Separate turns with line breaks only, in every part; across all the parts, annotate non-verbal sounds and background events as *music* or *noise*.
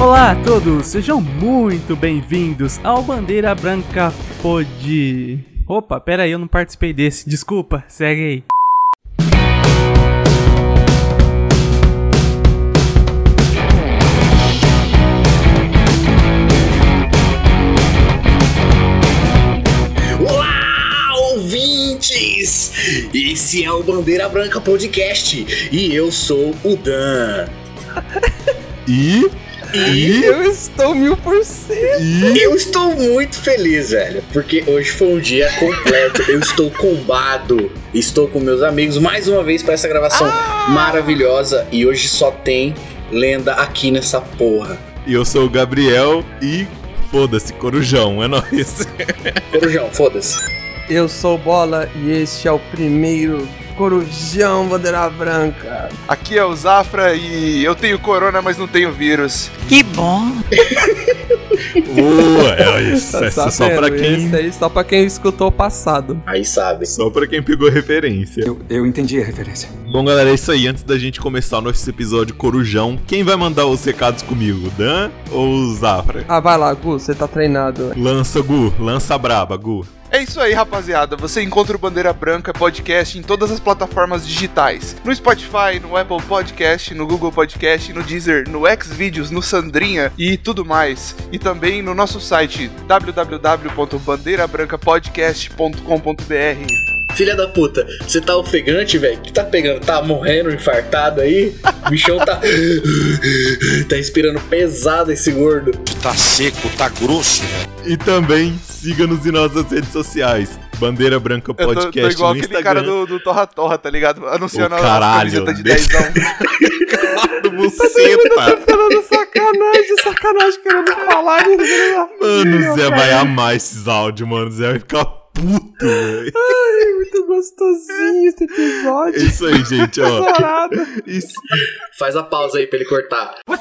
Olá a todos, sejam muito bem-vindos ao Bandeira Branca Pod. Opa, pera aí, eu não participei desse. Desculpa, segue aí.
Olá, ouvintes! Esse é o Bandeira Branca Podcast e eu sou o Dan.
E, e,
Eu estou mil por cento.
e,
Eu estou muito feliz, velho, porque hoje foi um dia completo. Eu estou combado, estou com meus amigos mais uma vez para essa gravação maravilhosa e hoje só tem lenda aqui nessa porra.
e eu sou o Gabriel e foda-se, corujão, é nóis. *laughs*
Corujão, foda-se.
Eu sou o Bola e este é o primeiro Corujão Bandeira Branca.
Aqui é o Zafra e eu tenho corona, mas não tenho vírus.
Que bom!
Boa, é isso, essa é só
vendo?
pra quem,
Tá Esse aí só pra quem escutou o passado.
Aí sabe.
só pra quem pegou referência.
Eu, eu entendi a referência.
Bom, galera, é isso aí. Antes da gente começar o nosso episódio corujão, quem vai mandar os recados comigo, o Dan ou o Zafra?
Ah, vai lá, Gu, você tá treinado.
Lança, Gu, lança braba, Gu.
É isso aí, rapaziada. Você encontra o Bandeira Branca Podcast em todas as plataformas digitais. No Spotify, no Apple Podcast, no Google Podcast, no Deezer, no Xvideos, no Sandrinha e tudo mais. E também no nosso site www.bandeirabrancapodcast.com.br.
Filha da puta, você tá ofegante, velho? Que tá pegando? Tá morrendo, infartado aí? O bichão tá. *laughs* tá respirando pesado esse gordo.
E também siga-nos em nossas redes sociais. Bandeira Branca
Eu tô,
Podcast
tô igual
no
aquele
Instagram.
cara do, do Torra Torra, tá ligado? Anunciando
Ô,
a
caralho,
camiseta de
deixa-
10
do Buceta.
Falando sacanagem, sacanagem, querendo falar.
Mano, o Zé vai amar esses áudios, mano. O Zé vai ficar puto, velho.
Muito gostosinho esse
É
episódio.
isso aí, gente, ó. Isso.
Faz a pausa aí pra ele cortar.
um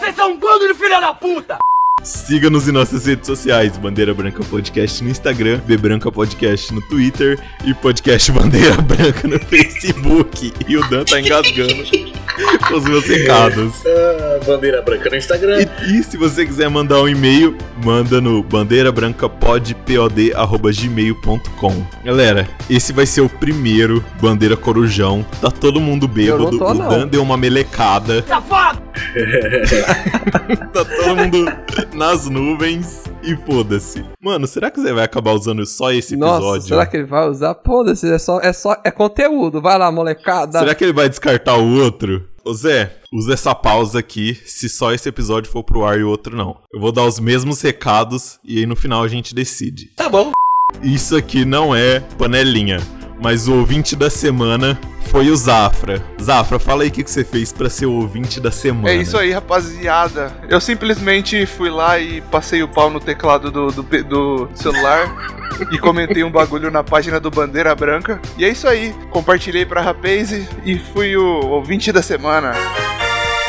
Siga-nos em nossas redes sociais, Bandeira Branca Podcast no Instagram, B Branca Podcast no Twitter e Podcast Bandeira Branca no Facebook. E o Dan tá engasgando com os meus recados.
Ah, bandeira branca no Instagram.
E, e se você quiser mandar um e-mail, manda no bandeirabrancapodpod.gmail.com. Galera, esse vai ser o primeiro Bandeira Corujão. Tá todo mundo bêbado.
Eu não tô,
o
não.
Dan deu uma melecada. *laughs* tá todo mundo nas nuvens. E foda-se. Mano, será que você vai acabar usando só esse episódio?
Nossa, será que ele vai usar? Pô, é só, é só, é conteúdo. Vai lá, molecada.
Será que ele vai descartar o outro? Ô Zé, usa essa pausa aqui se só esse episódio for pro ar e o outro não. Eu vou dar os mesmos recados e aí no final a gente decide. Tá bom. Isso aqui não é panelinha, mas o ouvinte da semana foi o Zafra. Zafra, fala aí o que, que você fez pra ser o ouvinte da semana.
É isso aí, rapaziada. Eu simplesmente fui lá e passei o pau no teclado do, do, pe- do celular e comentei um bagulho na página do Bandeira Branca. E é isso aí. Compartilhei pra rapaz e- e fui o ouvinte da semana.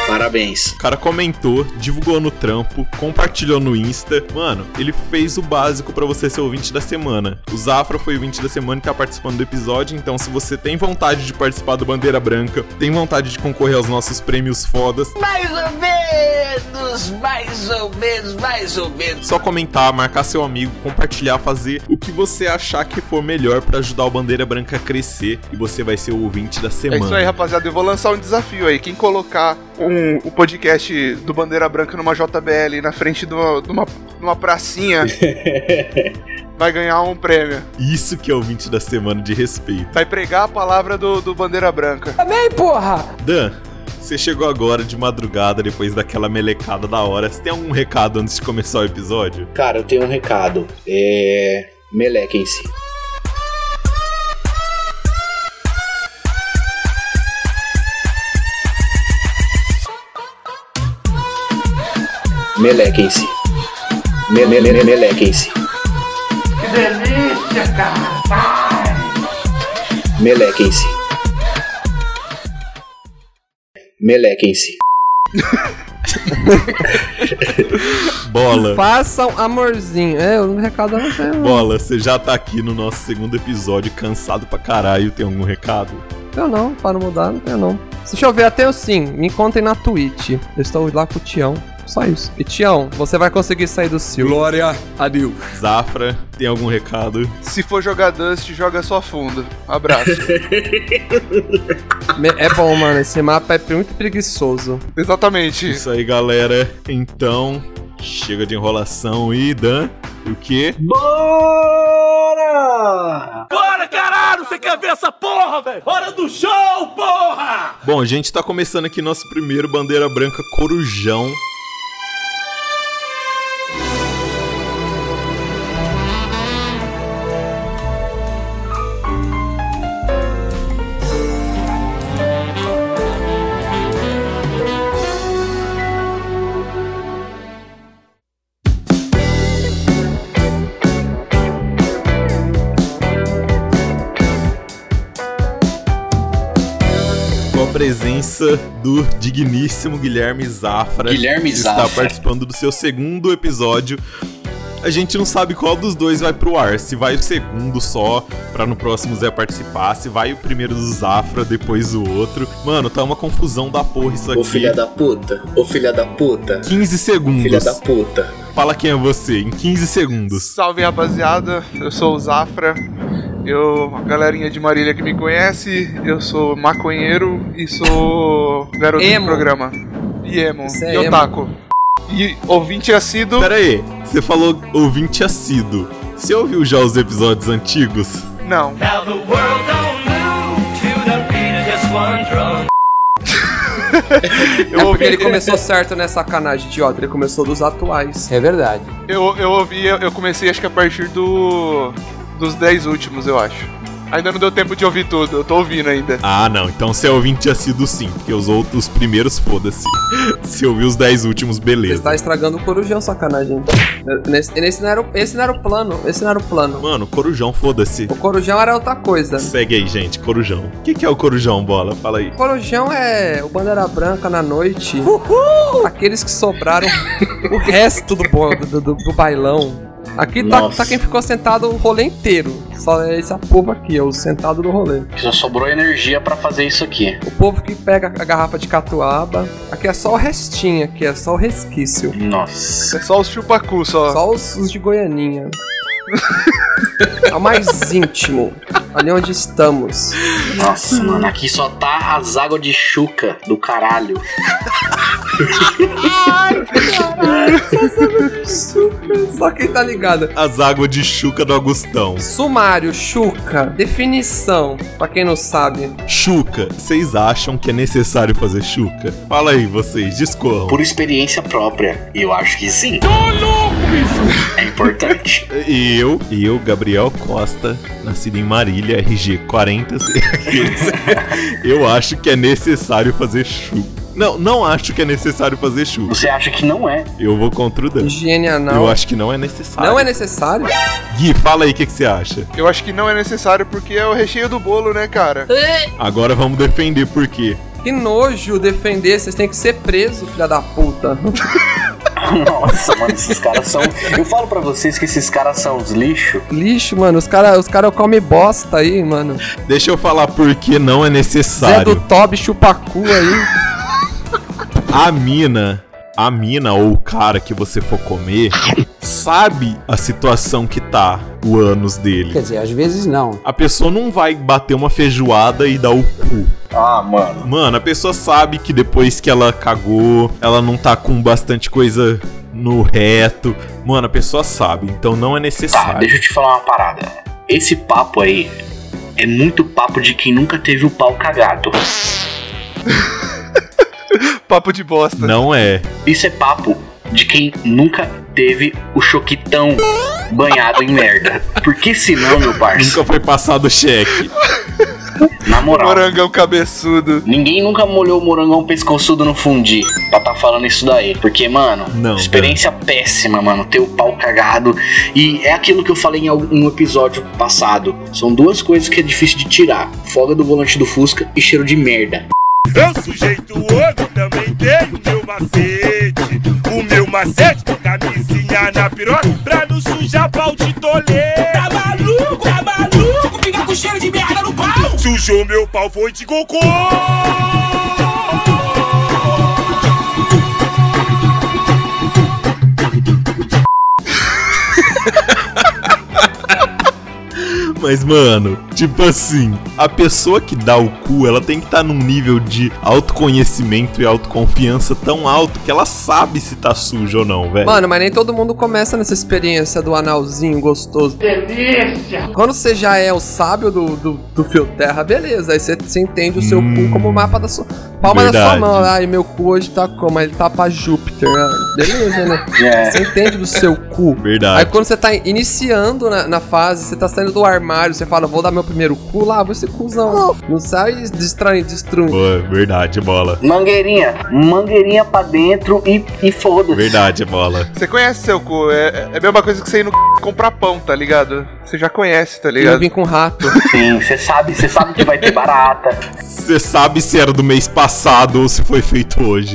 Parabéns.
O cara comentou, divulgou no trampo, compartilhou no Insta. Mano, ele fez o básico pra você ser ouvinte da semana. O Zafra foi ouvinte da semana e tá participando do episódio. Então, se você tem vontade de participar do Bandeira Branca, tem vontade de concorrer aos nossos prêmios fodas,
Mais ou menos, mais ou menos, mais ou menos.
só comentar, marcar seu amigo, compartilhar, fazer o que você achar que for melhor pra ajudar o Bandeira Branca a crescer e você vai ser o ouvinte da
É
semana.
isso aí, rapaziada. Eu vou lançar um desafio aí. Quem colocar um, o podcast do Bandeira Branca numa JBL na frente de uma, de uma, de uma pracinha vai ganhar um prêmio.
Isso que é ouvinte da semana de respeito.
Vai pregar a palavra do, do Bandeira Branca.
Ei, porra!
Dan, você chegou agora de madrugada depois daquela melecada da hora. Você tem algum recado antes de começar o episódio?
Cara, eu tenho um recado. É. Melequem-se. Melequem-se. Me- me- me- Melequem-se. Que delícia, cara! Melequem-se. Melequem-se.
Bola,
Façam amorzinho. É, né? eu não recado não tenho.
bola, você já tá aqui no nosso segundo episódio, cansado pra caralho. Tem algum recado?
Eu não, para mudar, não tenho não. Deixa eu ver, até eu sim. Me encontrem na Twitch. Eu estou lá com o Tião. Só isso. E Tião, você vai conseguir sair do Sil.
Glória a Deus.
Zafra, tem algum recado?
Se for jogar Dust, joga só fundo. Abraço.
Me- É bom, mano. Esse mapa é muito preguiçoso.
Exatamente.
Isso aí, galera. Então, chega de enrolação e Dan, o quê?
Bora!
Bom, a gente tá começando aqui nosso primeiro Bandeira Branca Corujão. Com a presença do digníssimo Guilherme Zafra.
Guilherme
que
Zafra.
Está participando do seu segundo episódio. A gente não sabe qual dos dois vai pro ar. Se vai o segundo só, pra no próximo Zé participar. Se vai o primeiro do Zafra, depois o outro. Mano, tá uma confusão da porra isso aqui.
Ô filha da puta, ô filha da puta,
15 segundos.
filha da puta.
Fala quem é você em 15 segundos.
Salve, rapaziada. Eu sou o Zafra. Eu, a galerinha de Marília que me conhece, eu sou maconheiro e sou garoto
Emo.
do programa. E emo.
Você é
e
emo.
otaku. E ouvinte assíduo.
Pera aí, você falou ouvinte assíduo. Você ouviu já os episódios antigos?
Não.
Now the world don't move to the beat of just one
*laughs*
drum.
Eu
é porque
ouvi-
ele começou certo nessa sacanagem, idiota. Ele começou dos atuais.
É verdade.
Eu, eu ouvi, eu comecei acho que a partir do. dos 10 últimos, eu acho. Ainda não deu tempo de ouvir tudo, eu tô ouvindo ainda.
Ah, não. Então você é ouvinte assíduo sim, porque os outros os primeiros, foda-se. *laughs* Se ouviu os 10 últimos,
Você
beleza.
tá estragando o corujão, sacanagem. Nesse, nesse não era, o- esse não era o plano. Esse não era o plano.
Mano, corujão, foda-se.
O corujão era outra coisa.
Segue aí, gente, corujão. O que, que é o corujão, bola? Fala aí.
O corujão é o bandeira branca na noite. Aqueles que sobraram o resto do, bo- do, do- do bailão. Aqui tá,
Nossa.
tá quem ficou sentado o rolê inteiro. Só é essa povo aqui, é o sentado do rolê.
Só sobrou energia pra fazer isso aqui.
O povo que pega a garrafa de catuaba. Aqui é só o restinho, aqui é só o resquício.
Nossa.
É só os chupacu, só.
Só os, os de Goianinha. É o mais íntimo. Ali onde estamos.
Nossa, mano, aqui só tá as águas de chuca do caralho.
Só quem tá ligado.
As águas de chuca do Agustão.
Sumário, Chuca, definição, pra quem não sabe.
Chuca, vocês acham que é necessário fazer chuca? Fala aí, vocês, discorram.
Por experiência própria. E eu acho que sim. É importante.
E eu, e eu, Gabriel Costa, nascido em Marília, RG 40, *laughs* eu acho que é necessário fazer chu. Não, não acho que é necessário fazer chu.
Você acha que não é?
Eu vou contra o Dan.
Higiene
Eu
anal.
acho que não é necessário.
Não é necessário?
Gui, fala aí o que, que você acha.
Eu acho que não é necessário porque é o recheio do bolo, né, cara?
Agora vamos defender por quê.
Que nojo defender, vocês têm que ser preso, filha da puta. *laughs*
Nossa, mano, esses caras são. Eu falo pra vocês que esses caras são os lixo.
Lixo, mano, os caras os cara comem bosta aí, mano.
Deixa eu falar por que não é
Zé
necessário.
do Tob chupacu
*laughs*
aí.
A mina, a mina ou o cara que você for comer, sabe a situação que tá o ânus dele.
Quer dizer, às vezes não.
A pessoa não vai bater uma feijoada e dar o cu.
Ah, mano.
Mano, a pessoa sabe que depois que ela cagou, ela não tá com bastante coisa no reto. Mano, a pessoa sabe, então não é
Tá,
necessário.
deixa eu te falar uma parada. Esse papo aí é muito papo de quem nunca teve o pau cagado.
Papo de bosta.
Não é.
Isso é papo de quem nunca teve o choquitão banhado em merda. Porque senão, meu parça,
Nunca foi passado o cheque.
na moral,
Morangão cabeçudo.
ninguém nunca molhou o morangão pescoçudo no fundi pra tá falando isso daí. Porque, mano,
Não,
experiência péssima, mano, ter o pau cagado. E é aquilo que eu falei em algum episódio passado. São duas coisas que é difícil de tirar: folga do volante do Fusca e cheiro de merda.
Eu sujeito outro também tenho meu macete. O meu macete com camisinha na piroca pra não sujar pau de tolê. Tá maluco, tá maluco? Fica com cheiro de merda no pau. Sujou meu pau, foi de cocô.
Mas, mano, tipo assim, a pessoa que dá o cu, ela tem que estar num nível de autoconhecimento e autoconfiança tão alto que ela sabe se tá sujo ou não, velho.
Mano, mas nem todo mundo começa nessa experiência do analzinho gostoso. Delícia! Quando você já é o sábio do, do, do fio terra, beleza. Aí você, você entende o seu cu como o mapa da sua. Palma da sua
Hum. verdade.
mão. Ai, meu cu hoje tá como? Ele tá pra Júpiter. Ah, Beleza, né?
É.
Você entende do seu cu. Aí
Verdade.
quando você tá iniciando na, na fase, você tá saindo do armário, você fala, vou dar meu primeiro cu lá, vou ser cuzão. Não sai distraindo, destruindo.
Pô, verdade, bola.
Mangueirinha, mangueirinha pra dentro e, e foda-se.
Verdade, bola.
Você conhece seu cu, é, é a mesma coisa que você ir no c... comprar pão, tá ligado? Você já conhece, tá
E eu
ligado?
vim com rato.
Sim, você sabe, você sabe que vai ter barata.
Você sabe se era do mês passado ou se foi feito hoje.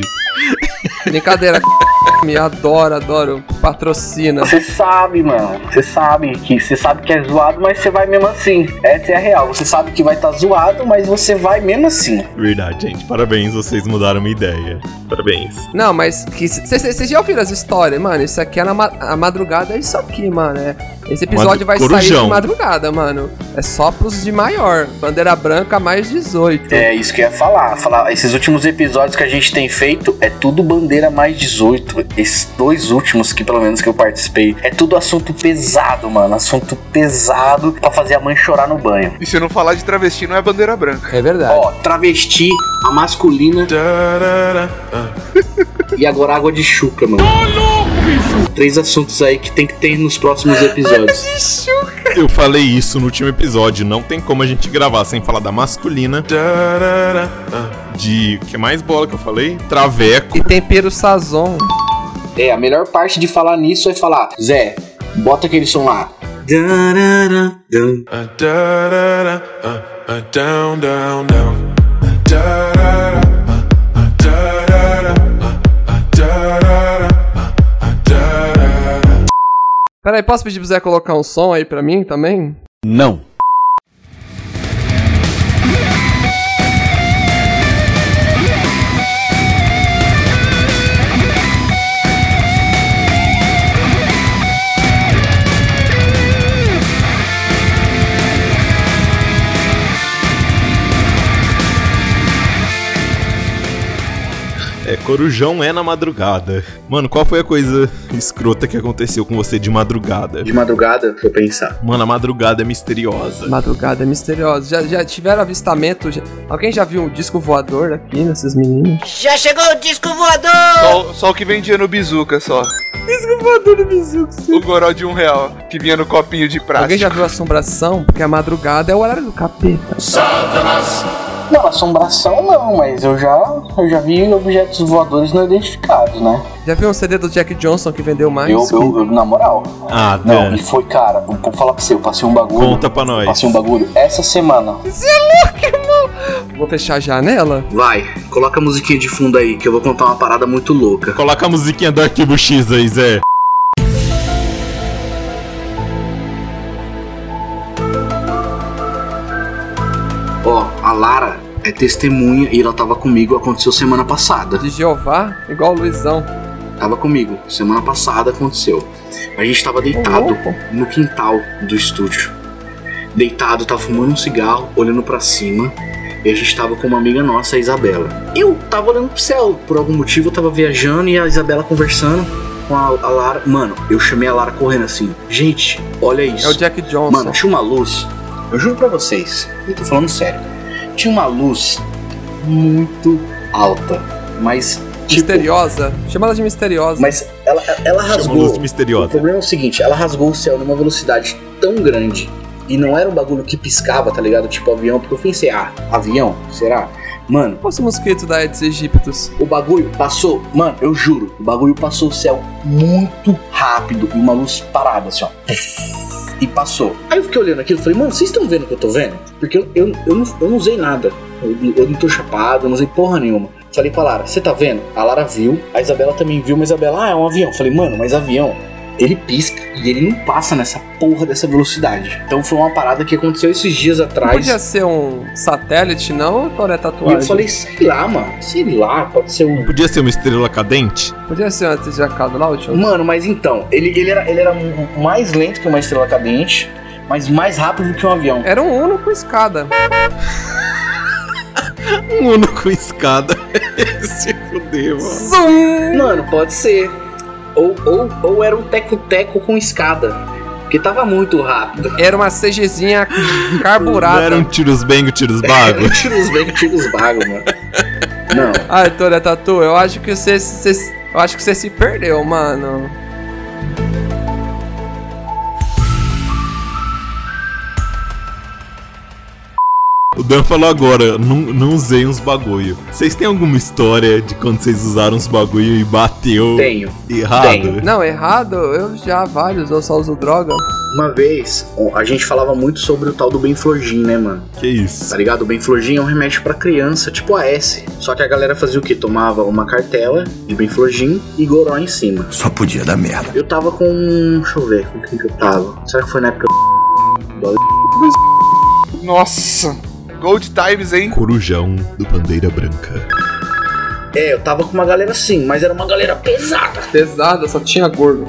Brincadeira, *laughs* me adoro, adoro. Patrocina.
Você sabe, mano. Você sabe que você sabe que é zoado, mas você vai mesmo assim. Essa é a real. Você sabe que vai estar zoado, mas você vai mesmo assim.
Verdade, gente. Parabéns, vocês mudaram minha ideia. Parabéns.
Não, mas que vocês já ouviram as histórias, mano? Isso aqui é na ma- a madrugada, é isso aqui, mano. é- esse
Madru-
episódio vai sair de
Corujão.
madrugada, mano. É só pros de maior. Bandeira branca mais 18.
É isso que eu ia falar. falar. Esses últimos episódios que a gente tem feito é tudo bandeira mais 18. Esses dois últimos que pelo menos que eu participei é tudo assunto pesado, mano. Assunto pesado pra fazer a mãe chorar no banho.
E se não falar de travesti, não é bandeira branca.
É verdade.
Ó, travesti, a masculina e agora água de chuca, mano. Três assuntos aí que tem que ter nos próximos episódios.
Eu falei isso no último episódio, não tem como a gente gravar sem falar da masculina. De. que mais bola que eu falei? Traveco.
E tempero sazon.
É, a melhor parte de falar nisso é falar, Zé, bota aquele som lá. Darara, dan.
Peraí, posso pedir pro Zé colocar um som aí pra mim também?
Não.
É, corujão é na madrugada. Mano, qual foi a coisa escrota que aconteceu com você de madrugada?
De madrugada, deixa eu pensar.
Mano, a madrugada é misteriosa.
Madrugada é misteriosa. Já, já tiveram avistamento? Já- Alguém já viu um disco voador aqui nessas meninas?
Já chegou o disco voador!
Só, só o que vendia no bizuca, só.
Disco voador do Mizuki.
O goró de um real, que vinha no copinho de prática.
Alguém já viu assombração? Porque a madrugada é o horário do capeta.
Não, assombração não, mas eu já, eu já vi objetos voadores não identificados, né?
Já viu um CD do Jack Johnson que vendeu mais?
Eu, eu, eu- na moral.
Ah,
Não,
Dan,
e foi, cara, vou vou falar pra você, eu passei um bagulho.
conta pra nós.
Passei um bagulho essa semana.
Vou fechar a janela?
Vai, coloca a musiquinha de fundo aí, que eu vou contar uma parada muito louca.
Coloca a musiquinha do arquivo X aí, Zé.
Ó, a Lara é testemunha e ela tava comigo, aconteceu semana passada.
De Jeová, igual o Luizão.
Tava comigo, semana passada aconteceu. A gente tava
Ô,
deitado
louco.
no quintal do estúdio. Deitado, tava fumando um cigarro, olhando pra cima. E a gente tava com uma amiga nossa, a Isabela. Eu tava olhando pro céu, por algum motivo eu tava viajando e a Isabela conversando com a, a Lara. Mano, eu chamei a Lara correndo assim: Gente, olha isso.
É o Jack Johnson.
Mano, tinha uma luz. Eu juro pra vocês, eu tô falando sério. Tinha uma luz muito alta, mas. Tipo,
misteriosa. Chama ela de misteriosa.
mas ela, ela
Tá
Chama a luz
rasgou. O
misteriosa.
problema é o seguinte: ela rasgou o céu numa velocidade tão grande e não era um bagulho que piscava, tá ligado? Tipo avião, porque eu pensei, ah, avião? Será? Mano,
Fosse o mosquito da Aedes aegyptus.
o bagulho passou, mano, eu juro, o bagulho passou o céu muito rápido e uma luz parada, assim, ó. E passou. Aí eu fiquei olhando aquilo e falei, mano, vocês estão vendo o que eu tô vendo? Porque eu, eu, eu, não, eu não usei nada. Eu, eu não tô chapado, eu não usei porra nenhuma. Falei pra Lara, você tá vendo? A Lara viu, a Isabela também viu, mas a Isabela, ah, é um avião. Falei, mano, mas avião, ele pisca e ele não passa nessa porra dessa velocidade. Então foi uma parada que aconteceu esses dias
Não
atrás.
podia ser um satélite, não? Ou é
E
tatuagem?
eu falei, sei lá, mano, sei lá, pode ser um
Podia ser uma estrela cadente?
Podia ser um antes de acado lá, último.
Mano, mas então, ele, ele, era, ele era m- mais lento que uma estrela cadente. mas mais rápido do que um avião.
Era um Uno com escada.
Um Uno com escada. *laughs* Se fuder, mano.
Zum!
Mano, pode ser. Ou, ou, ou era um teco-teco com escada. Porque tava muito rápido. *laughs*
Era uma CGzinha
Não
carburada.
era um tiros bang, tiros bago. *laughs*
tira os bem, tira os bagos, mano. Não.
Ai, Tônia é Tatu, eu acho que você, você- eu acho que você se perdeu, mano.
O Dan falou agora, não, não usei uns bagulho. Vocês têm alguma história de quando vocês usaram uns bagulho e bateu
Tenho.
errado?
tenho.
Não, errado, eu já vários, eu só uso droga.
Uma vez, a gente falava muito sobre o tal do Benflogin, né, mano?
Que isso?
Tá ligado? O Benflogin é um remédio pra criança, tipo a S. Só que a galera fazia o quê? Tomava uma cartela de Benflogin e goró em cima.
Só podia dar merda.
Eu tava com. Deixa eu ver com quem que eu tava. Será que foi na época
Nossa. Gold Times, hein?
Corujão do Bandeira Branca.
do. É, eu tava com uma galera sim, mas era uma galera pesada.
Pesada, só tinha gordo.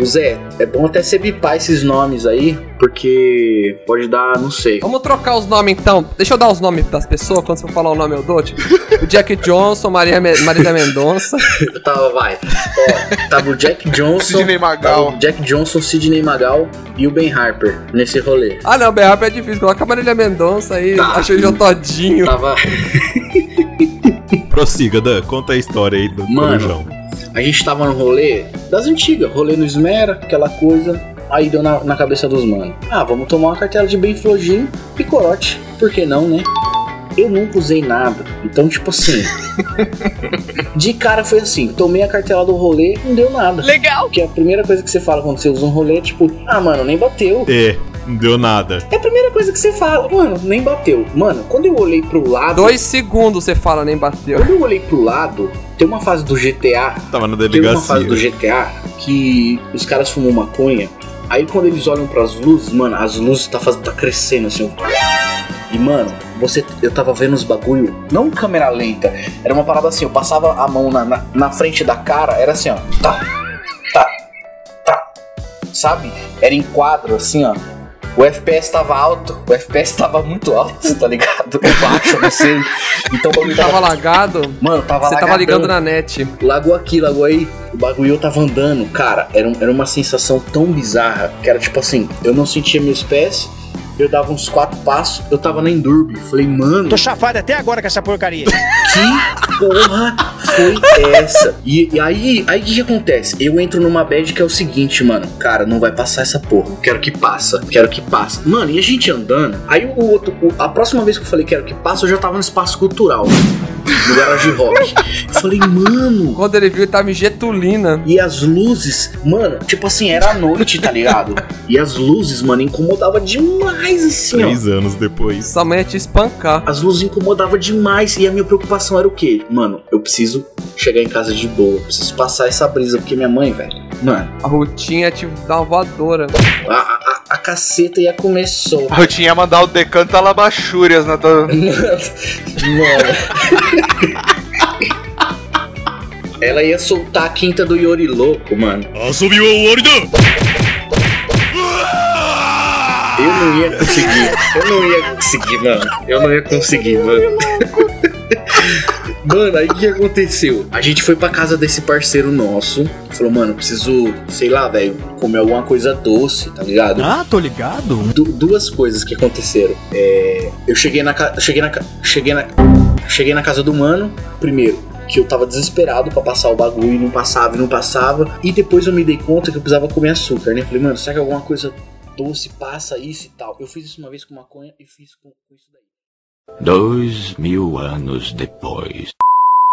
O Zé, é bom até você bipar esses nomes aí, porque pode dar, não sei.
Vamos trocar os nomes então. Deixa eu dar os nomes das pessoas, quando você for falar o nome eu dou, tipo, o Jack Johnson, Maria Me- Marília Mendonça.
Eu tava, vai. Ó, tava o
*laughs*
Jack Johnson.
Sidney
tava
Magal.
o Jack Johnson, Sidney Magal e o Ben Harper nesse rolê.
Ah não, BRP é difícil, coloca a Marília Mendonça aí,
Tá.
achei o Todinho.
Tava.
Prossiga, Dan, conta a história aí do
Mano.
Corujão.
A gente tava no rolê das antigas, rolê no Esmera, aquela coisa. Aí deu na, na cabeça dos manos. Ah, vamos tomar uma cartela de Benflogin e corote. Por que não, né? Eu nunca usei nada. Então, tipo assim. de cara foi assim: tomei a cartela do rolê, não deu nada. Legal! Porque a primeira coisa que você fala quando você usa um rolê é tipo: ah, mano, nem bateu.
É, não deu nada.
É a primeira coisa que você fala, mano, nem bateu. Mano, quando eu olhei pro lado.
Dois segundos você fala, nem bateu.
Quando eu olhei pro lado, tem uma fase do GTA
Tava na
Tem uma fase do
delegacia.
GTA que os caras fumam maconha. Aí quando eles olham pras luzes, mano, as luzes tá, faz- tá crescendo assim. ó. E mano, você, eu tava vendo os bagulho, não câmera lenta, era uma parada assim, eu passava a mão na, na, na frente da cara, era assim, ó, tá, tá, tá, sabe? Era em quadro, assim, ó. O FPS tava alto, o FPS tava muito alto, tá ligado? *laughs* Eu baixo, não sei. Então o bagulho
Tava
tava.
lagado,
Mano, tava
você tava
lagadão.
ligando na net.
Lago aqui, lago aí, o bagulho eu tava andando, cara, era, um- era uma sensação tão bizarra, que era tipo assim, eu não sentia meus pés, eu dava uns quatro passos, eu tava na Endurbe, falei, mano,
chafado até agora com essa porcaria.
que porra foi essa? E, e aí, aí o que, que acontece? Eu entro numa bad que é o seguinte, mano, cara, não vai passar essa porra, quero que passa, quero que passa. Mano, e a gente andando, aí o outro, o- a próxima vez que eu falei quero que passa, eu já tava no espaço cultural, no garage rock. Eu falei, mano...
Quando ele viu, ele tava em Getulina.
E as luzes, mano, tipo assim, era à noite, tá ligado? E as luzes, mano, incomodava demais, assim, ó.
Três anos depois.
Sua mãe ia te espancar.
As luzes incomodavam demais. E a minha preocupação era o quê? Mano, eu preciso chegar em casa de boa. eu Preciso passar essa brisa, porque minha mãe, velho. Mano,
A Rutinha ia te dar uma voadora.
a, a, a- a caceta já começou.
Eu tinha mandado o decanto alabachúrias na tua.
Mano. Ela ia soltar a quinta do Yori Louco, mano. Eu não ia conseguir. Eu não ia conseguir, mano. Eu não ia conseguir, mano. *laughs* Mano, aí o que aconteceu? A gente foi pra casa desse parceiro nosso. Falou, mano, preciso, sei lá, velho, comer alguma coisa doce, tá ligado?
Ah, tô ligado.
Du- duas coisas que aconteceram. É, eu cheguei na casa. Cheguei na, ca- cheguei na. Cheguei na casa do mano, primeiro. Que eu tava desesperado pra passar o bagulho e não passava e não passava. E depois eu me dei conta que eu precisava comer açúcar, né? Falei, mano, será que alguma coisa doce passa isso e tal? Eu fiz isso uma vez com maconha e fiz com, com isso daí.
Dois mil anos depois.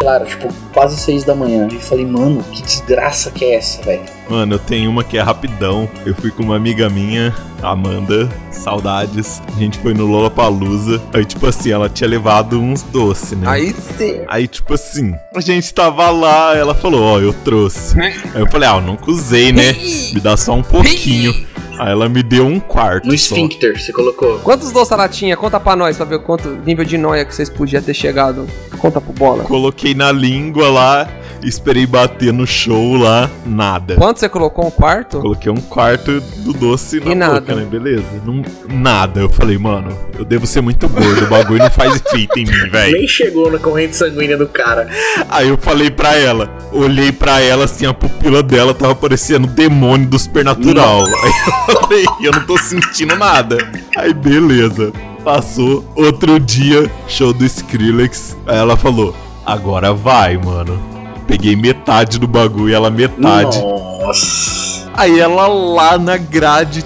Claro, tipo, quase seis da manhã. E falei, mano, que desgraça que é essa, velho?
Mano, eu tenho uma que é rapidão. Eu fui com uma amiga minha, Amanda, saudades. A gente foi no Lollapalooza. Aí, tipo assim, ela tinha levado uns doces, né?
Aí sim.
Aí, tipo assim, a gente tava lá, né? ela falou, ó, eu trouxe. Aí eu falei, ah, eu nunca usei, né? Me dá só um pouquinho. Aí ela me deu um quarto.
No
só.
esfíncter, você colocou.
Quantos doces ela tinha? Conta pra nós, pra ver quanto nível de noia que vocês podiam ter chegado. Conta pro bola.
Coloquei na língua lá, esperei bater no show lá, nada.
Quanto você colocou? Um quarto?
Coloquei um quarto do doce na
E nada.
boca, né? Beleza. Não- nada. Eu falei, mano, eu devo ser muito gordo, o bagulho não faz efeito em
*laughs*
mim, velho.
Nem chegou na corrente sanguínea do cara.
Aí eu falei pra ela, olhei pra ela assim, a pupila dela tava parecendo o demônio do supernatural. Aí eu falei, eu não tô sentindo nada. Aí beleza. Passou outro dia, show do Skrillex. Aí ela falou, agora vai, mano. Peguei metade do bagulho, ela metade.
Nossa.
Aí ela lá na grade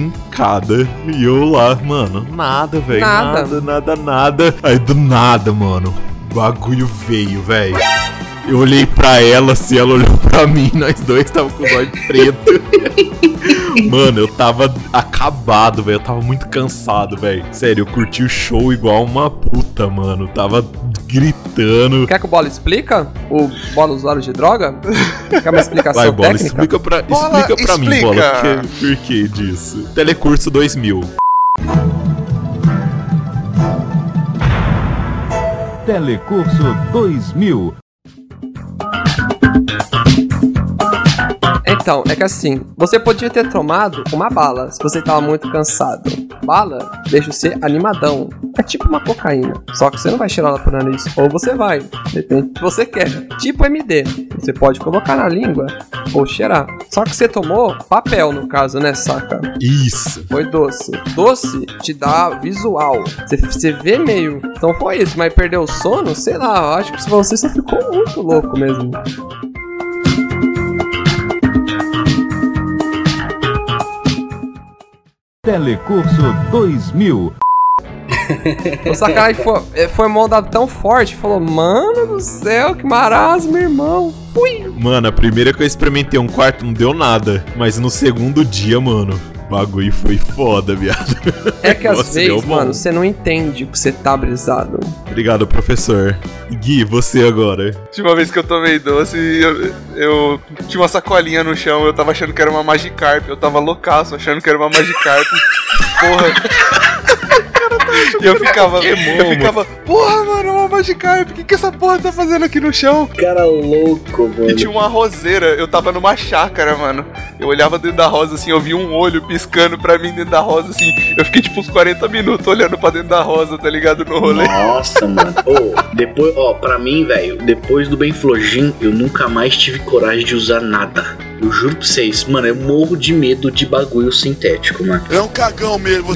trincada. E eu lá, mano, nada, velho.
Nada.
Nada, nada, nada. Aí do nada, mano, o bagulho veio, velho. Eu olhei pra ela, assim, ela olhou *laughs* pra mim, nós dois tava com o olho preto. Mano, eu tava acabado, velho. Eu tava muito cansado, velho. Sério, eu curti o show igual uma puta, mano. Tava gritando.
Quer que o Bola explica? O Bola usuário de droga? Quer uma explicação
Vai, Bola,
técnica?
explica pra,
Bola,
explica pra mim,
explica.
Bola, por que, por que disso? Telecurso 2000.
Telecurso 2000.
Então, é que assim, você podia ter tomado uma bala se você tava muito cansado. Bala deixa você animadão. É tipo uma cocaína. Só que você não vai tirar ela por nariz. Ou você vai. Depende do que você quer. Tipo MD. Você pode colocar na língua ou cheirar. Só que você tomou papel, no caso, né, saca?
Isso.
Foi doce. Doce te dá visual. Você- Você vê meio. Então foi isso, mas perdeu o sono? Sei lá, eu acho que você só ficou muito louco mesmo.
Telecurso 2000.
O Sakai foi, eh, foi moldado tão forte, falou, mano do céu, que marasmo, irmão. Fui.
Mano, a primeira que eu experimentei um quarto não deu nada. Mas no segundo dia, mano, o bagulho foi foda, viado. *laughs*
É que às
Nossa, deu
vezes,
bom.
mano, você não entende que você tá brisado.
Obrigado, professor. Gui, você agora.
Última vez que eu tomei doce, eu, eu tinha uma sacolinha no chão, eu tava achando que era uma Magikarp, eu tava loucaço achando que era uma *laughs* Magikarp. Porra. E eu ficava, eu ficava, porra, mano, é uma Magikarp, o que, que essa porra tá fazendo aqui no chão?
Cara louco,
E tinha
mano.
uma roseira, eu tava numa chácara, mano. Eu olhava dentro da rosa assim, eu vi um olho piscando pra mim dentro da rosa assim. Eu fiquei tipo uns 40 minutos olhando pra dentro da rosa, tá ligado? No rolê.
Nossa, mano. Ô, depois, ó, pra mim, velho, depois do Benflogin, eu nunca mais tive coragem de usar nada. Eu juro pra vocês, mano, eu morro de medo de bagulho sintético, mano.
É um cagão mesmo.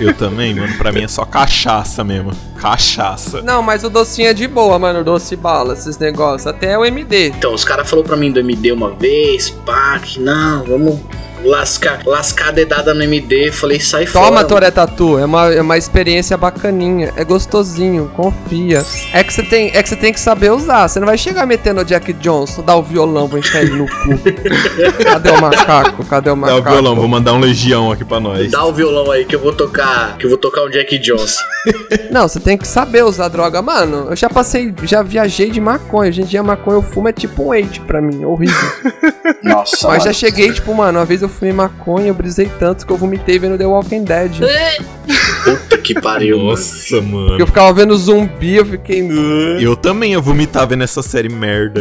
Eu também, mano. Pra mim é só cachaça mesmo. Cachaça.
Não, mas o docinho é de boa, mano, o doce bala, esses negócios. Até é o MD.
Então, os caras falaram pra mim do MD uma vez, pá, que não, vamos lascar, lascar a dedada no MD. Falei, sai
Toma,
fora.
Toré Tatu, é uma, é uma experiência bacaninha, é gostosinho, confia. É que você tem, é que, você tem que saber usar, você não vai chegar metendo o Jack Johnson, dar o violão, vou encher ele no cu.
*laughs*
Cadê o macaco? Cadê o
Dá
macaco?
o Tá, violão, vou mandar um legião aqui pra nós.
Dá o violão aí que eu vou tocar, que eu vou tocar um Jack Johnson.
Não, você tem que saber usar droga. Mano, eu já passei, já viajei de maconha. Hoje em dia maconha eu fumo é tipo um eite pra mim, é horrível.
*laughs*
Nossa,
Mas já cheguei, tipo, mano, uma vez eu fumei maconha, eu brisei tanto que eu vomitei vendo The Walking Dead.
puta que pariu. mano.
Nossa, mano.
Eu ficava vendo zumbi, eu fiquei. "Ugh".
Eu também ia vomitar vendo essa série merda.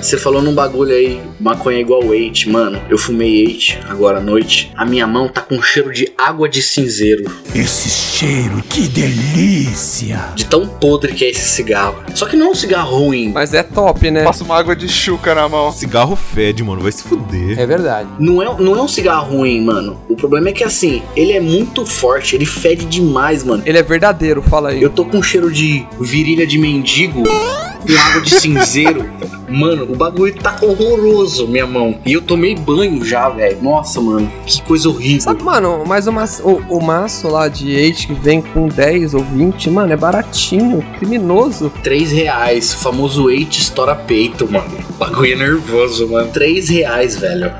Você falou num bagulho aí, maconha é igual Eight, mano. Eu fumei Eight agora à noite. A minha mão tá com cheiro de água de cinzeiro.
Esse cheiro, que delícia.
De tão podre que é esse cigarro. Só que não é um cigarro ruim.
Mas é top, né?
Passa uma água de chuca na mão.
Cigarro fede, mano. Vai se fuder.
É verdade.
Não é, não é um cigarro ruim, mano. O problema é que assim, ele é muito forte, ele fede demais, mano.
Ele é verdadeiro, fala aí.
Eu tô com cheiro de virilha de mendigo com água de cinzeiro. Mano, o bagulho tá horroroso, minha mão. E eu tomei banho já, velho. Nossa, mano, que coisa horrível.
Sabe, mano, mas o maço, o, o maço lá de eite que vem com 10 ou 20, mano, é baratinho, criminoso.
3 reais, o famoso 8 estoura peito, mano. O Bagulho é nervoso, mano. 3 reais, velho.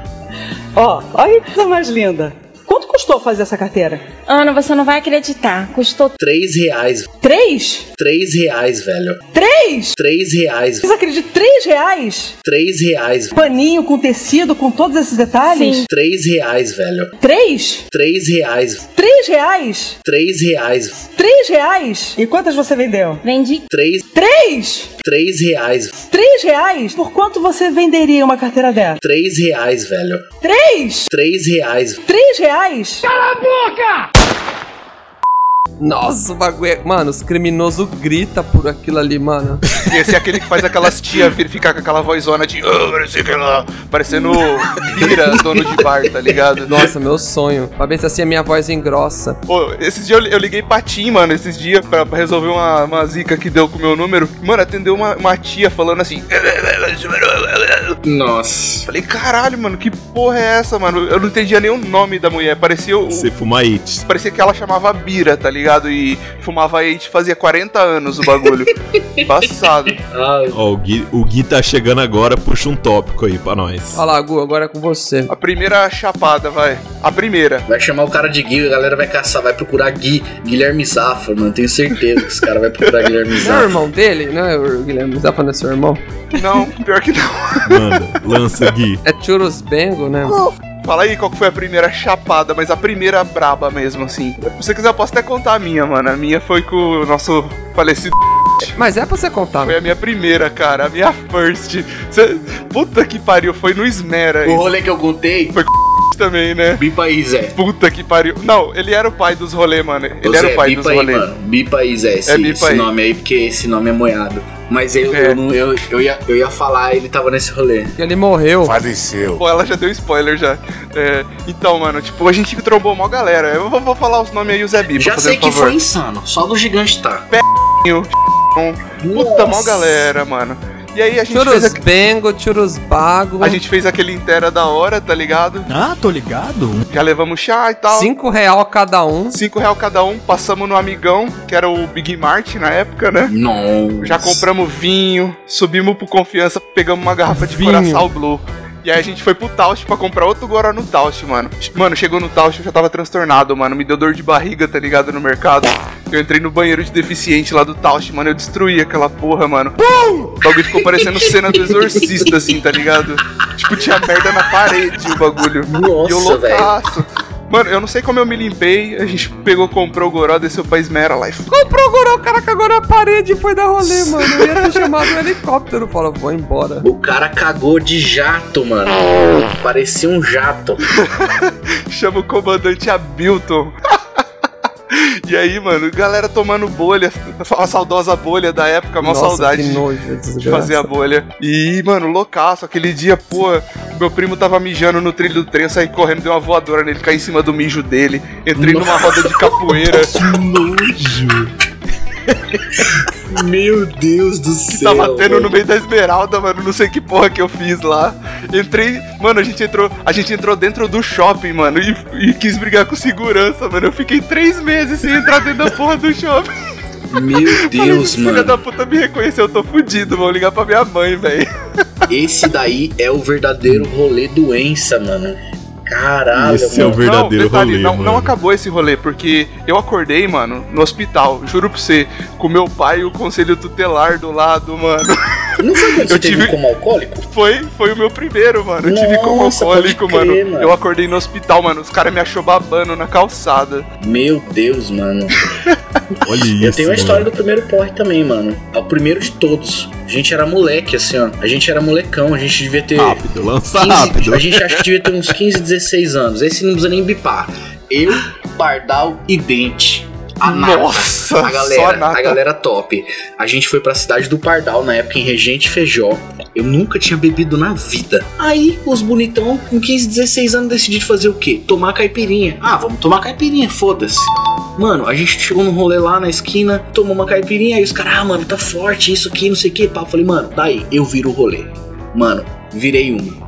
Ó, olha que coisa mais linda. Quanto custou fazer essa carteira?
Ana, você não vai acreditar. Custou
Três reais.
Três?
Três reais, velho.
Três?
Três reais.
Vocês acreditam? Três reais?
Três reais.
Paninho com tecido, com todos esses detalhes?
Três reais, velho.
Três?
Três reais.
Três reais?
Três reais.
Três reais? E quantas você vendeu?
Vendi
Três.
Três?
Três reais.
Três reais? Por quanto você venderia uma carteira dessa?
Três reais, velho.
Três?
Três reais.
Três reais?
Nossa, o bagulho é... Mano, os criminosos grita por aquilo ali, mano.
Esse é aquele que faz aquelas tia vir ficar com aquela vozona de. "Ah, não sei o que lá", Parecendo Bira, dono de bar, tá ligado?
Nossa, meu sonho. Pra ver se assim a minha voz engrossa.
Pô, esses dias eu, eu liguei pra Tim, mano, esses dias, pra, pra resolver uma, uma zica que deu com o meu número. Mano, atendeu uma, uma tia falando assim. *laughs*
Nossa.
Falei, caralho, mano, que porra é essa, mano? Eu não entendia nem o nome da mulher. Parecia o.
Você fuma it.
Parecia que ela chamava Bira, tá ligado? E fumava eite fazia 40 anos o bagulho. Passado.
Ai,
Ó, o Gui, o Gui tá chegando agora, puxa um tópico aí pra nós.
Olha lá, Gu, agora é com você.
A primeira chapada, vai. A primeira.
Vai chamar o cara de Gui, a galera vai caçar, vai procurar Gui, Guilherme Zafra, mano. Tenho certeza que esse cara vai procurar Guilherme
Não é o
Zafra.
irmão dele? Não é o Guilherme? Dá pra não é seu irmão?
Não, pior que não.
Manda, lança, Gui.
É Churros Bengo, né?
Fala aí qual que foi a primeira chapada, mas a primeira braba mesmo, assim. Se você quiser, eu posso até contar a minha, mano. A minha foi com o nosso falecido.
Mas é pra você contar.
Foi a minha primeira, cara. A minha first. Cê- Puta que pariu, foi no Esmera aí.
O rolê que eu contei,
também, né?
bipa aí, Zé.
Puta que pariu. Não, ele era o pai dos rolê, mano. Ele
Ô,
era
Zé,
o pai dos
bipa
É
é aí,
rolê.
mano. Bipa aí, Zé, esse,
bipa
esse
aí.
nome aí, porque esse nome é moiado. Mas eu,
É.
eu, não- eu, eu, ia, eu ia falar, ele tava nesse rolê.
Porque ele morreu.
Pô, ela já deu spoiler já. É, então, mano, tipo, a gente trombou mó galera. Eu vou, vou falar os nomes aí, o Zé Bipa,
Já
fazendo
sei que
favor.
foi insano, só do gigante tá.
Puta, mó galera, mano. E aí a gente fez
Churros
aqu-
Bengo, Churros Bago.
A gente fez aquele inteira da hora, tá ligado?
Ah, tô ligado.
Já levamos chá e tal.
Cinco real cada um.
5 real cada um, passamos no amigão, que era o Big Mart na época, né?
Não.
Já compramos vinho, subimos pro Confiança, pegamos uma garrafa de
Vinho.
Coração Blue. E aí a gente foi pro Taust pra comprar outro Goró no Taust, mano. Mano, chegou no Taust, eu já tava transtornado, mano. Me deu dor de barriga, tá ligado, no mercado. Eu entrei no banheiro de deficiente lá do Taust, mano. Eu destruí aquela porra, mano. O bagulho ficou parecendo cena do exorcista, assim, tá ligado? Tipo, tinha merda na parede o bagulho.
Nossa,
E eu loucaço. Mano, eu não sei como eu me limpei. A gente pegou, comprou o Goró, desceu pra Esmera lá e
Comprou o Goró, cara, cagou na parede e foi dar rolê, mano. Eu ia ter chamado um helicóptero. Fala, vou embora.
O cara cagou de jato, mano. Parecia um jato.
Chama o comandante Abilton. *laughs* E aí, mano, galera tomando bolha, a saudosa bolha da época, uma
Nossa,
saudade
que
de-
nojo, né?
de fazer
desgraça.
a bolha. E, mano, loucaço, aquele dia, pô, meu primo tava mijando no trilho do trem, eu saí correndo, dei uma voadora nele, caí em cima do mijo dele, entrei numa roda
*laughs*
de capoeira,
Meu Deus do
que
céu.
tava tendo
mano.
tá no meio da esmeralda, mano, não sei que porra que eu fiz lá. Entrei, mano, a gente entrou, a gente entrou dentro do shopping, mano, e, e quis brigar com segurança, mano, eu fiquei três meses sem entrar dentro da porra do shopping. *laughs*
Meu Deus,
Esse Filha
mano.
da puta me reconheceu, eu tô fudido, vou ligar pra minha mãe,
*laughs*
velho.
Esse daí é o verdadeiro rolê doença, mano. Caralho,
Esse é o
mano.
verdadeiro
não, detalhe,
rolê,
não, não
mano.
acabou esse rolê, porque eu acordei, mano, no hospital, juro pra você, com meu pai e o conselho tutelar do lado, mano. *laughs*
Não foi quando você
Eu
teve
tive-
como alcoólico?
Foi, foi o meu primeiro, mano. Eu tive como
Nossa,
alcoólico,
pode
mano.
crer, mano.
Eu acordei no hospital, mano, os caras me achou babando na calçada.
Meu Deus, mano.
*laughs* Olha isso.
Eu tenho a história
mano.
do primeiro porre também, mano. É o primeiro de todos. A gente era moleque, assim, ó. A gente era molecão, a gente devia ter.
Rápido, lança
15
rápido.
A gente acha que devia ter uns 15, 16 anos. Esse não precisa nem bipar. Eu, Pardal e Dente. A nata.
Nossa,
a
só
galera,
a nata.
a galera top. A gente foi pra cidade do Pardal na época em Regente Feijó. Eu nunca tinha bebido na vida. Aí, os bonitão com 15, 16 anos decidiram fazer o quê? Tomar caipirinha. Ah, vamos tomar caipirinha, foda-se. Mano, a gente chegou num rolê lá na esquina, tomou uma caipirinha, aí os caras, ah, mano, tá forte, isso aqui, não sei o que, pá. Eu falei, mano, daí, eu viro o rolê. Mano, virei um. uma.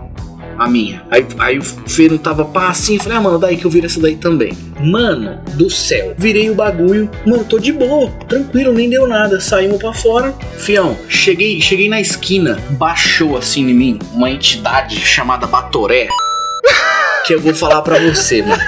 A minha. Aí, aí o Fê não tava pá assim. eu Falei, ah, mano, daí que eu viro essa daí também. Mano do céu. Virei o bagulho. Mano, tô de boa. Tranquilo, nem deu nada. Saímos pra fora. Fião, cheguei, cheguei na esquina. Baixou assim em mim *laughs* uma entidade chamada Batoré. Que eu vou falar pra você, mano.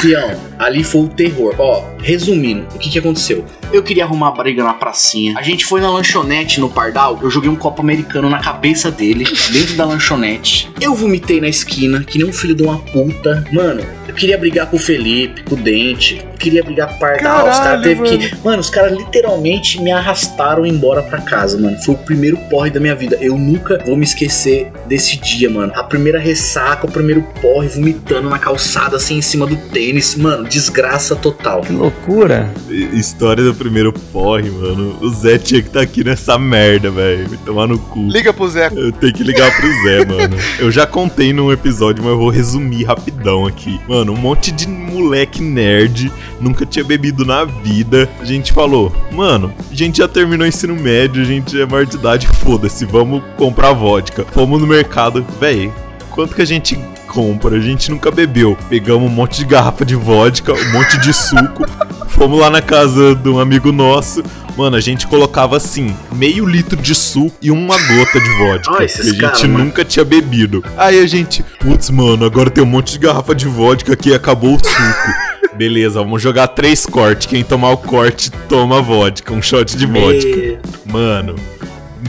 Fião, ali foi o terror. Ó, resumindo, o que que aconteceu? Eu queria arrumar briga na pracinha. A gente foi na lanchonete no Pardal. Eu joguei um copo americano na cabeça dele, dentro da lanchonete. Eu vomitei na esquina, que nem um filho de uma puta. Mano, eu queria brigar com o Felipe, com o Dente. Eu queria brigar com o Pardal. os caras
Caralho,
teve
mano.
que. Mano, os caras literalmente me arrastaram embora pra casa, mano. Foi o primeiro porre da minha vida. Eu nunca vou me esquecer desse dia, mano. A primeira ressaca, o primeiro porre, vomitando na calçada, assim, em cima do tênis. Mano, desgraça total. Que
Loucura. História do primeiro porre, mano. O Zé tinha que estar aqui nessa merda, velho. Me tomar no cu.
Liga
*laughs*
pro Zé.
Eu tenho que ligar pro Zé, mano. Eu já contei num episódio, mas eu vou resumir rapidão aqui. Mano, um monte de moleque nerd, nunca tinha bebido na vida. A gente falou, mano, a gente já terminou o ensino médio, a gente é maior de idade, foda-se, vamos comprar vodka. Fomos no mercado, véi, quanto que a gente compra? A gente nunca bebeu. Pegamos um monte de garrafa de vodka, um monte de suco. *laughs* Fomos lá na casa de um amigo nosso. Mano, a gente colocava assim, meio litro de suco e uma gota de vodka.
Ah,
que a
esses
gente
caras, mano.
nunca tinha bebido. Aí a gente, putz, mano, agora tem um monte de garrafa de vodka aqui e acabou o suco. Beleza, vamos jogar três cortes. Quem tomar o corte, toma vodka. Um shot de
É,
vodka. Mano,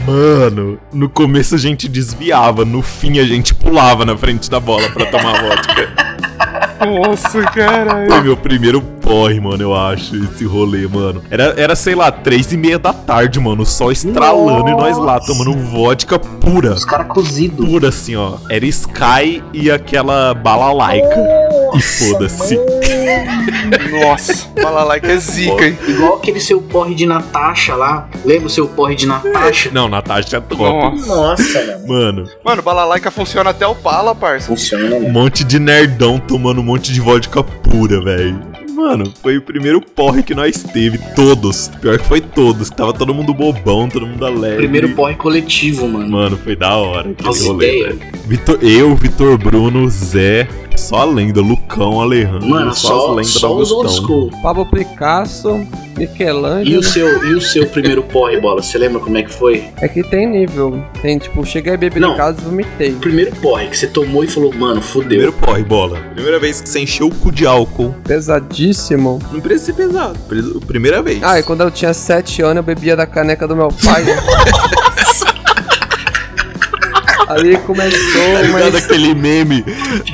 Mano, no começo a gente desviava, no fim a gente pulava na frente da bola pra tomar vodka.
Nossa, cara.
Foi meu primeiro porre, mano, eu acho, esse rolê, mano. Era, era sei lá, três e meia da tarde, mano, o sol estralando e nós lá tomando vodka pura. Os
caras cozidos.
Pura, assim, ó. Era Sky e aquela balalaica. e foda-se.
Nossa, balalaica é zica, hein?
Igual aquele seu porre de Natasha lá. Lembra o seu porre de Natasha?
Não, Natasha é top.
Nossa, mano.
Mano,
Mano, balalaica funciona até o pala, parça.
Funciona,
um monte de nerdão tomando um monte de vodka pura, velho. Mano, foi o primeiro porre que nós teve, todos. Pior que foi todos, que tava todo mundo bobão, todo mundo alegre.
Primeiro porre coletivo, mano.
Mano, foi da hora aquele
Nossa,
rolê,
ideia.
velho. Vitor, eu, Vitor Bruno, Zé, só a lenda, Lucão, Alejandro, só as lendas do Augustão.
Pablo Picasso, Michelangelo.
E o seu, e o seu primeiro porre, bola? Você lembra como é que foi?
É que tem nível. Tem, tipo, cheguei a beber
Não.
em casa e vomitei.
Primeiro porre que você tomou e falou, mano, fudeu.
Primeiro porre, bola. Primeira vez que você encheu o cu de álcool.
Pesadíssimo.
Não precisa ser pesado. Pre- Primeira vez.
Ah, e quando eu tinha 7 anos eu bebia da caneca do meu
*laughs*
pai. Ali começou,
Tá ligado
mas.
aquele meme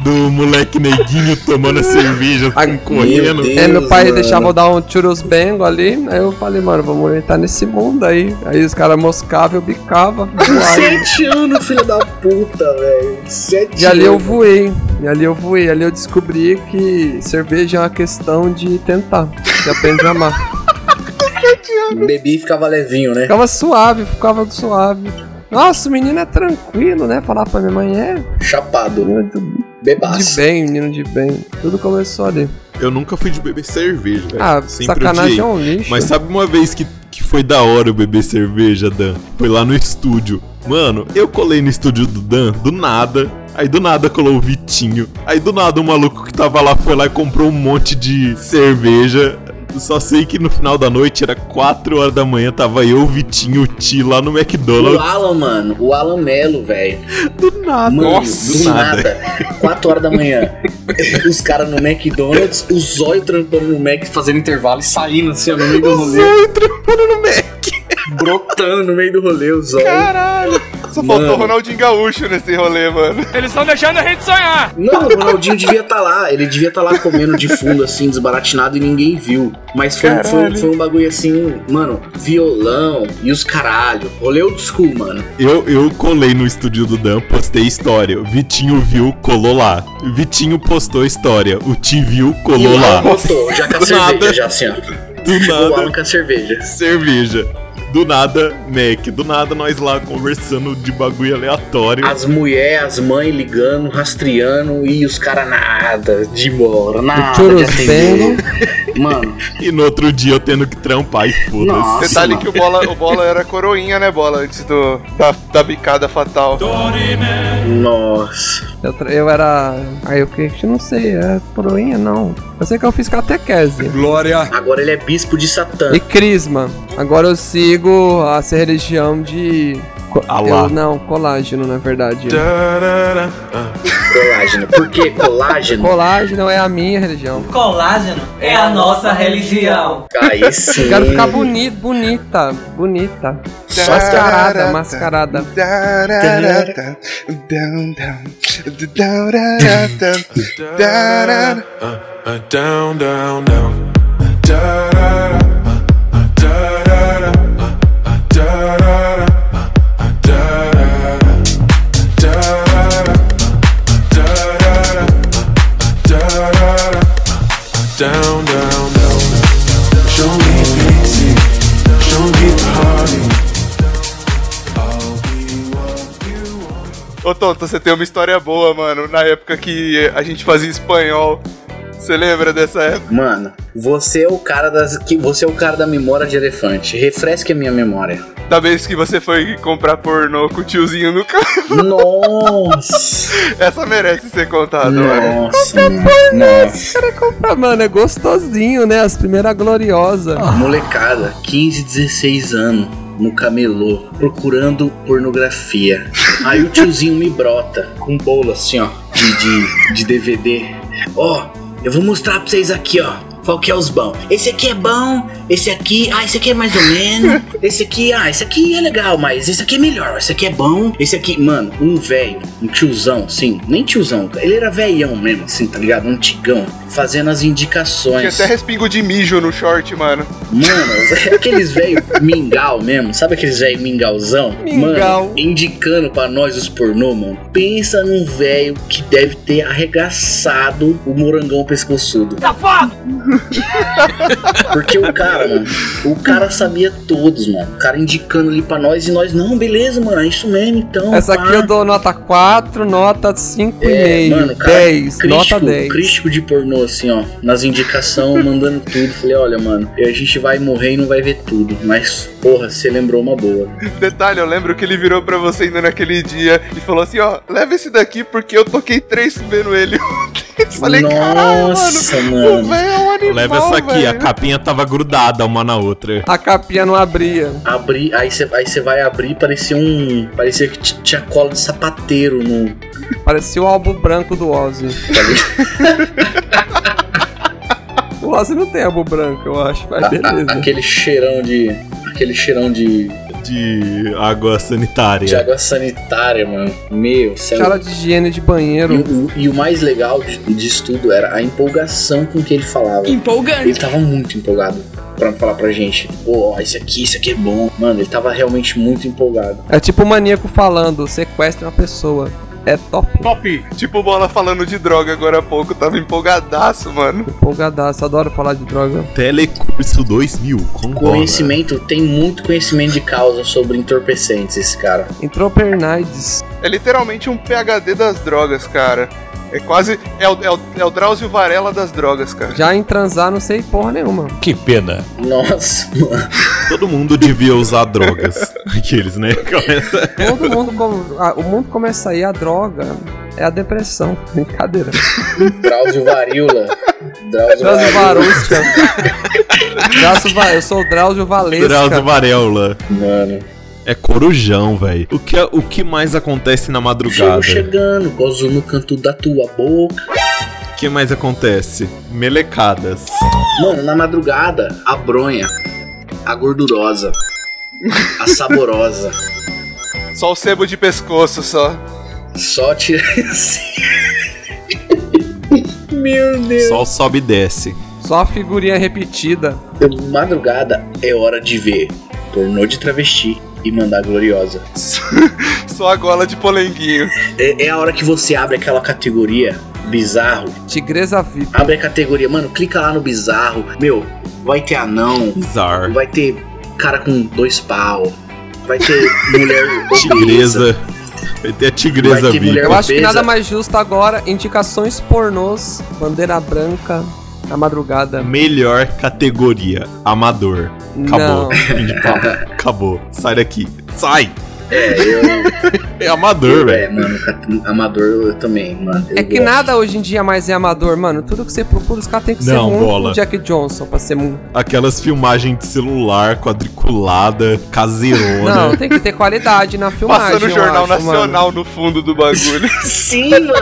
do moleque neguinho tomando cerveja, assim, correndo?
É, meu pai
né?
deixava eu dar um churros bengo ali, aí eu falei, mano, vamos entrar nesse mundo aí. Aí os caras moscavam, eu bicava, voava.
Sete anos, filho da puta, velho. Sete
E ali eu
anos.
voei, e ali eu voei, ali eu descobri que cerveja é uma questão de tentar, de aprender a amar.
Bebi e ficava levinho, né?
Ficava suave, ficava suave. Nossa, o menino é tranquilo, né? Falar pra minha mãe, é.
Chapado.
De
Bebaço.
bem, menino de bem. Tudo começou ali.
Eu nunca fui de beber cerveja, velho.
Ah,
odiei.
sacanagem é um lixo.
Mas sabe uma vez que, que foi da hora eu beber cerveja, Dan? Foi lá no estúdio. Mano, eu colei no estúdio do Dan, do nada. Aí do nada colou o Vitinho. Aí do nada o maluco que tava lá foi lá e comprou um monte de cerveja. Só sei que no final da noite, era 4 horas da manhã, tava eu, o Vitinho, o Ti lá no
O
McDonald's.
Alan, mano. O Alan Melo, velho.
Do nada.
Mano,
Nossa,
do
do
nada.
nada.
4 horas da manhã. *laughs* Os caras no McDonald's, o zóio trampando no Mac, fazendo intervalo e saindo assim, ó, no meio do rolê.
zóio trampando no
Mac. Brotando no meio do rolê, o zóio.
Caralho. Só faltou
Mano.
o Ronaldinho Gaúcho nesse rolê, mano. Eles estão deixando a gente sonhar.
Não, o Ronaldinho devia estar lá. Ele devia estar lá comendo de fundo, assim, desbaratinado e ninguém viu. Mas foi,
Caralho.
foi, foi um bagulho assim, mano, violão e os caralho. Rolê old school, mano.
Eu, eu colei no estúdio do Dan, postei história. O Vitinho viu, colou lá. O Vitinho postou história. O Ti viu, colou
e o
lá.
Alan Botou, já com a
Do
cerveja,
nada.
já assim, ó.
Do
O Alan
nada,
com a cerveja.
cerveja. Do nada, Mac. Do nada, nós lá conversando de bagulho aleatório.
As mulheres, as mães ligando, rastreando e os caras nada de embora, nada de
churros
atender. Mano,
E no outro dia eu tendo que trampar e foda-se.
Detalhe que o bola, o bola era coroinha, né, bola? Antes do, da, da bicada fatal.
Nossa.
Eu, tra- eu era. Aí eu que eu não sei, é proinha não. Eu sei que eu fiz catequese.
Glória!
agora ele é bispo de Satã.
E Crisma. Agora eu sigo essa religião de.
Alá. Tá.
Eu, não, colágeno, na verdade.
Colágeno. Por que
*laughs*
colágeno?
Colágeno é a minha religião.
Colágeno é a nossa religião.
Aí sim.
Quero ficar
Tá.
bonito, bonita, bonita. Mascarada, mascarada.
Down, down, down. Da-da-da, uh, uh, da-da-da, uh, uh, da-da-da, uh, uh, da-da-da, da-da-da, uh, da-da-da, uh, da-da-da, uh, down, down, down, down. Show me easy, show me party.
Ô Tonto, você tem uma história boa, mano. Na época que a gente fazia espanhol. Você lembra dessa época?
Mano, você é o cara das. Que, você é o cara da memória de elefante. Refresque a minha memória.
Da vez que você foi comprar pornô com o tiozinho no carro.
Nossa!
Essa merece ser contada, mano.
Nossa,
Esse cara compra, mano, é gostosinho, né? As primeiras gloriosas.
Molecada, 15, 16 anos, no camelô, procurando pornografia. Aí o tiozinho me brota com um bolo assim, ó, de, de, de DVD. Ó, eu vou mostrar pra vocês aqui, ó. Qual que é os bons? Esse aqui é bom, esse aqui, ah, esse aqui é mais ou menos. Esse aqui, ah, esse aqui é legal, mas esse aqui é melhor, esse aqui é bom. Esse aqui, mano, um velho, um tiozão, sim, nem tiozão, cara, ele era velhão mesmo, assim, tá ligado? Um tigão, fazendo as
Tinha
indicações.
até respingo de mijo no short, mano.
Mano, *laughs* aqueles velho mingau mesmo, sabe aqueles velho mingauzão?
Mingau.
Mano, indicando pra nós os pornô, mano. Pensa num velho que deve ter arregaçado o morangão pescoçudo.
Safado!
Porque o cara, mano, o cara sabia todos, mano. O cara indicando ali pra nós e nós, não, beleza, mano, é isso mesmo, então.
Essa aqui
pá."
eu dou nota 4, nota 5,5,
É, mano, o cara,
10,
crítico,
nota 10.
crítico de pornô, assim, ó, nas indicações, *laughs* mandando tudo. Falei, olha, mano, a gente vai morrer e não vai ver tudo. Mas, porra, você lembrou uma boa.
Detalhe, eu lembro que ele virou pra você ainda naquele dia e falou assim, ó, leva esse daqui porque eu toquei três vendo ele ontem. Eu Falei,
Nossa,
caralho, mano,
mano.
o velho é um animal,
Leva essa aqui, a
velho.
capinha tava grudada uma na outra.
A capinha não abria.
Abrir, aí você aí cê vai abrir, parecia um. Parecia que t- tinha cola de sapateiro no.
Parecia o álbum branco do Ozzy.
Tá
*laughs* o Ozzy não tem álbum branco, eu acho, mas
a- a-
beleza.
aquele cheirão de. Aquele cheirão de,
De água sanitária.
de água sanitária, mano. Meu, é céu.
Cara de higiene de banheiro.
E, o- e o mais legal de- disso tudo era a empolgação com que ele falava.
Empolgante.
Ele tava muito empolgado pra falar pra gente. Pô, ó, esse aqui, esse aqui é bom. Mano, ele tava realmente muito empolgado.
É tipo o maníaco falando, sequestra uma pessoa. É top,
Top! Tipo o Bola falando de droga agora há pouco, tava empolgadaço, mano.
empolgadaço, adoro falar de droga.
Telecurso 2000, com Conhecimento.
Conhecimento, tem muito conhecimento de causa sobre entorpecentes, esse cara.
Entrou Pernides.
É literalmente um PHD das drogas, cara. É quase. É o, é o, é o Drauzio Varela das drogas, cara.
Já em transar não sei porra nenhuma.
Que pena.
Nossa, *laughs* mano.
Todo mundo devia usar drogas. Aqueles, né? Começa...
Todo mundo, com- ah, o mundo começa a ir a droga. É a depressão, *laughs* brincadeira.
Drauzio Varíola. Drauzio
É.
Drauzio
Varíola.
*laughs*
Varusca. Drauzio Va- Eu sou o Drauzio Valesca.
Drauzio Varela.
Mano.
É corujão, velho. O que, é- o que mais acontece na madrugada?
Chego chegando, gozo no canto da tua boca.
O que mais acontece? Melecadas.
Mano, na madrugada, a bronha, a gordurosa, a saborosa.
Só o sebo de pescoço, só.
Só tira. *laughs* Meu Deus.
Sol sobe e desce.
Só a figurinha repetida.
Madrugada é hora de ver pornô de travesti e mandar gloriosa.
Só a gola de polenguinho.
É, é a hora que você abre aquela categoria bizarro.
Tigresa VIP.
Abre a categoria, mano, clica lá no bizarro. Meu, vai ter anão,
Bizarro.
vai ter cara com dois pau, vai ter mulher obesa.
Tigresa. Vai ter a tigresa
Vai ter
viva.
mulher-
Eu acho que
Beleza.
nada mais justo agora. Indicações pornôs. Bandeira branca. Na madrugada.
Melhor categoria. Amador. Acabou.
Não.
Fim de papo. Acabou. Sai daqui. Sai!
É, eu.
*laughs* É amador,
velho. É, mano, amador eu também, mano. Eu
É que
gosto.
nada hoje em dia mais é amador, mano. Tudo que você procura, os caras têm que ser
Não,
um
bola.
Jack Johnson pra ser um.
Aquelas filmagens de celular quadriculada, caseirona.
Não, tem que ter qualidade na filmagem.
Passando o
eu
Jornal
acho, mano.
Nacional no fundo do bagulho.
Sim, mano.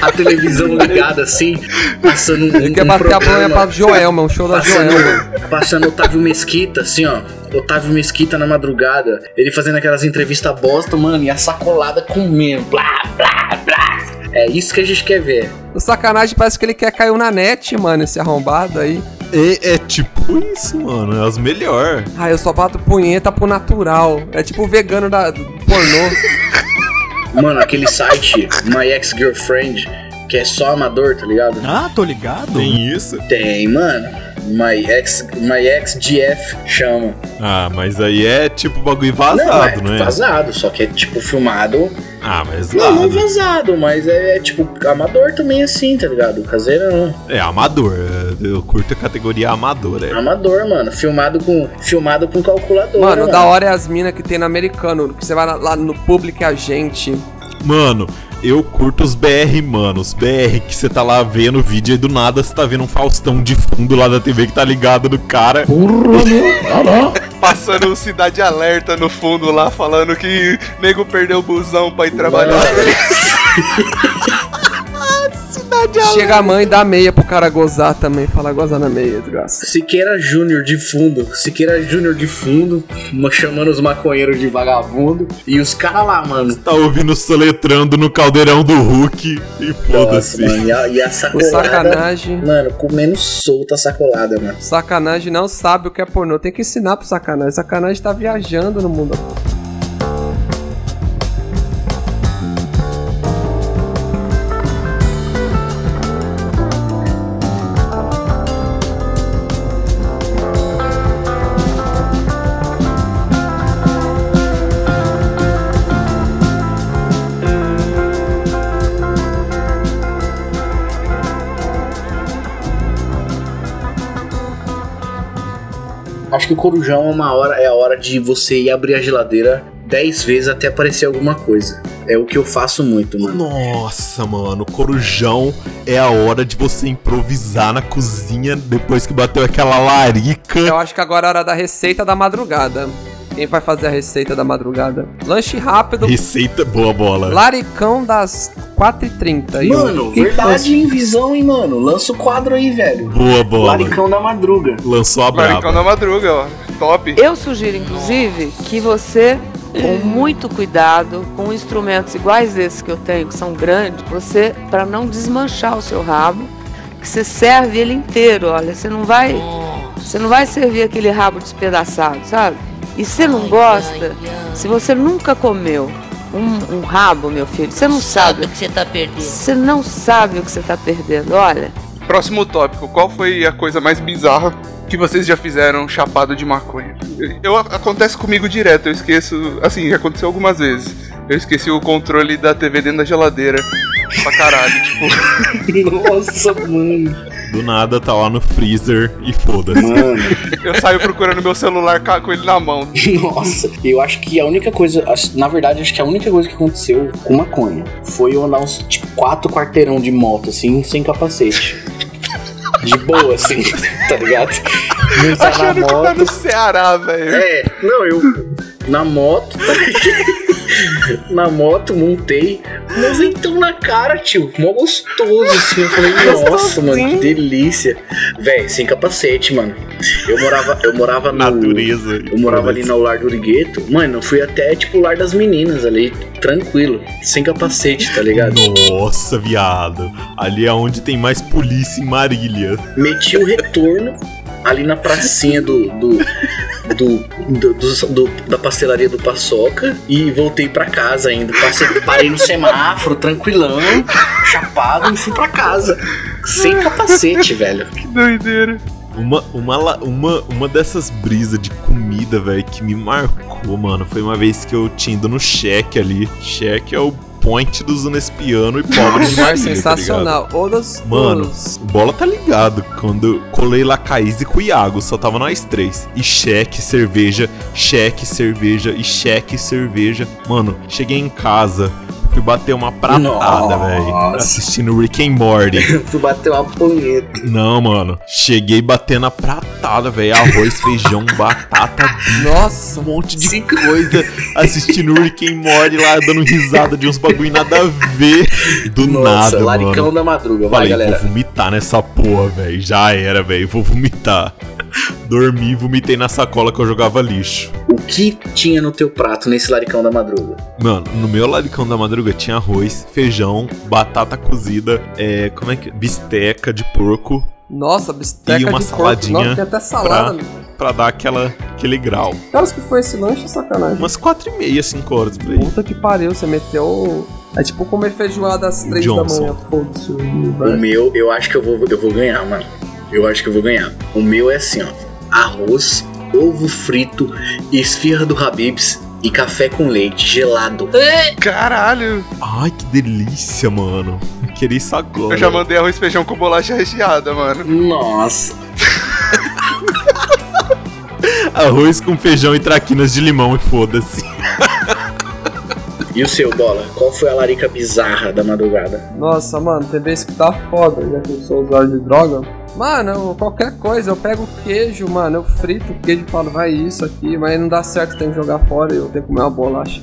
A televisão ligada assim, passando um. Ele
quer bater a bolinha pra Joelma, um show da
passando,
Joelma.
*laughs* Passando Otávio Mesquita, assim, ó. Otávio Mesquita na madrugada. Ele fazendo aquelas entrevistas bosta, mano, e a sacolada comendo. Blá, blá, blá. É isso que a gente quer ver.
O sacanagem parece que ele quer cair na net, mano, esse arrombado aí.
É, é tipo isso, mano. É as melhor.
Ah, eu só bato punheta pro natural. É tipo o vegano da do
*laughs*
pornô.
Mano, aquele site, My Ex Girlfriend, que é só amador, tá ligado?
Ah, tô ligado.
Tem isso?
Tem, mano. My Ex, My Ex GF chama.
Ah, mas aí é tipo bagulho
não, é
vazado, não é?
Vazado, só que é tipo filmado.
Ah, mas
Não, não
vazado.
vazado, mas é, é, tipo amador também assim, tá ligado? Caseirão.
É amador. é- Eu curto a categoria amador, é.
Amador, mano. Filmado com, filmado com calculadora.
Mano, da hora é as minas que tem no americano. Que você vai lá- lá no public agente.
Mano, eu curto os BR, mano. Os BR que você tá lá vendo o vídeo e do nada você tá vendo um Faustão de fundo lá da TV que tá ligado no cara.
Passando o Cidade Alerta no fundo lá, falando que nego perdeu o busão pra ir trabalhar.
Chega a mãe e dá meia pro cara gozar também. Fala gozar na meia, desgraça.
Siqueira Júnior de fundo, Siqueira Júnior de fundo, ma- chamando os maconheiros de vagabundo e os caras lá, mano.
Tá ouvindo soletrando no caldeirão do Hulk e foda-se.
mano, e a, e a
O
sacolada.
sacanagem.
Mano, comendo solta a sacolada, mano.
Sacanagem não sabe o que é pornô. Tem que ensinar pro sacanagem. Sacanagem tá viajando no mundo.
Acho que o corujão é uma hora, é a hora de você ir abrir a geladeira 10 vezes até aparecer alguma coisa. É o que eu faço muito, mano.
Nossa, mano, corujão é a hora de você improvisar na cozinha depois que bateu aquela larica.
Eu acho que agora é a hora da receita da madrugada. Quem vai fazer a receita da madrugada? Lanche rápido.
Receita boa bola.
Laricão das 4h30. E
Mano,
o que
verdade, hein, visão, hein, mano. Lança o quadro aí, velho.
Boa bola.
Laricão da
*laughs*
madruga.
Lançou a
Maricão
braba.
da então madruga, ó. Top.
Eu sugiro, inclusive, que você, com muito cuidado, com instrumentos iguais esses que eu tenho, que são grandes, você, para não desmanchar o seu rabo, que você serve ele inteiro, olha, você não vai, você não vai servir aquele rabo despedaçado, sabe? E você não gosta, se você nunca comeu um, um rabo, meu filho, você não sabe, o que você está perdendo. Você não sabe o que você está perdendo, olha.
Próximo tópico. Qual foi a coisa mais bizarra que vocês já fizeram chapado de maconha? Eu acontece comigo direto. Eu esqueço, assim, já aconteceu algumas vezes. Eu esqueci o controle da TV dentro da geladeira. Pra caralho, *laughs* tipo.
Nossa, mano.
Do nada tá lá no freezer e foda-se.
*laughs*
Eu saio procurando meu celular ca- com ele na mão.
Nossa, eu acho que a única coisa, acho- na verdade, acho que a única coisa que aconteceu com maconha foi eu andar uns tipo, quatro quarteirão de moto, assim, sem capacete. De boa, assim, *laughs* tá ligado? Não tá na
Achando que tá
moto.
no Ceará, velho.
É, não, eu na moto, tá ligado? *laughs* Na moto, montei, mas então na cara, tio, mó gostoso, assim. Eu *laughs* falei, nossa, mano, que delícia. Véi, sem capacete, mano. Eu morava, eu morava no.
Natureza.
Eu morava ali no lar do Urigueto. Mano, eu fui até, tipo, o lar das meninas ali, tranquilo, sem capacete, tá ligado?
Nossa, viado. Ali é onde tem mais polícia em Marília.
Meti o retorno ali na pracinha do. do. do- do- dos- do- da pastelaria do Paçoca e voltei pra casa ainda. Passei, parei no semáforo, tranquilão, chapado e fui pra casa. Sem capacete, velho.
Que doideira.
Uma, uma, la- uma, uma dessas brisas de comida, velho, que me marcou, mano, foi uma vez que eu tinha ido no cheque ali. Cheque é o point dos Unespiano e pobre de
Lugar
Marília,
sensacional.
Tá
Ou das-
ligado? Mano, o Bola tá ligado. Quando eu colei Lacaís e com o Iago, só tava nós três. E cheque, cerveja, cheque, cerveja e cheque, cerveja. Mano, cheguei em casa, fui bater uma pratada, velho. Assistindo Rick and Morty.
Fui bater uma punheta.
Não, mano. Cheguei batendo a pratada, velho. Arroz, feijão, batata,
Nossa, um
monte de coisa. Assistindo Rick and Morty lá, dando risada de uns bagulho nada a ver. Do
Nossa,
nada,
laricão
mano.
da madruga, vai,
Falei,
galera.
vou vomitar nessa porra, velho. Já era, velho. Vou vomitar. *laughs* Dormi, vomitei na sacola que eu jogava lixo.
O que tinha no teu prato nesse laricão da madruga?
Mano, no meu laricão da madruga tinha arroz, feijão, batata cozida, é, como é que bisteca de porco
Nossa, bisteca
e uma
de
saladinha
Porco. Nossa, tem até salada.
pra,
amigo.
pra dar aquela, aquele grau.
Caras que foi esse lanche, é sacanagem.
Umas quatro e meia, cinco horas por aí.
Puta que pariu, você meteu... É tipo comer feijoada às três da
Johnson.
manhã, foda-se.
O meu, eu acho que eu vou, eu vou ganhar, mano. Eu acho que eu vou ganhar. O meu é assim, ó. Arroz, ovo frito, esfirra do Habibs e café com leite gelado.
Caralho!
Ai, que delícia, mano. Queria isso agora.
Eu já mandei arroz e feijão com bolacha recheada, mano.
Nossa.
Arroz com feijão e traquinas de limão e foda-se.
E o seu, Bola? Qual foi a larica bizarra da madrugada?
Nossa, mano, tem vezes que tá foda, já que eu sou usuário de droga. Mano, eu- qualquer coisa, eu pego queijo, mano, eu frito o queijo e falo, vai isso aqui, mas não dá certo, tem que jogar fora e eu tenho que comer
*laughs*
uma bolacha.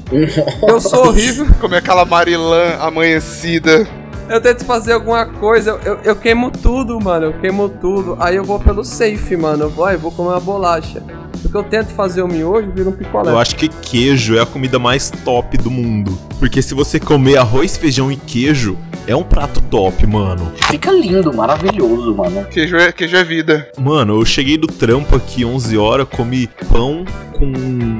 Eu sou horrível.
*laughs* Comer aquela marilã amanhecida.
Eu tento fazer alguma coisa, eu, eu- eu queimo tudo, mano, eu queimo tudo. Aí eu vou pelo safe, mano, eu vou, aí eu vou comer uma bolacha. Porque eu tento fazer o miojo, vira um picolé.
Eu acho que queijo é a comida mais top do mundo. Porque se você comer arroz, feijão e queijo, é um prato top, mano.
Fica lindo, maravilhoso, mano.
Queijo é, queijo é vida.
Mano, eu cheguei do trampo aqui 11 horas, comi pão com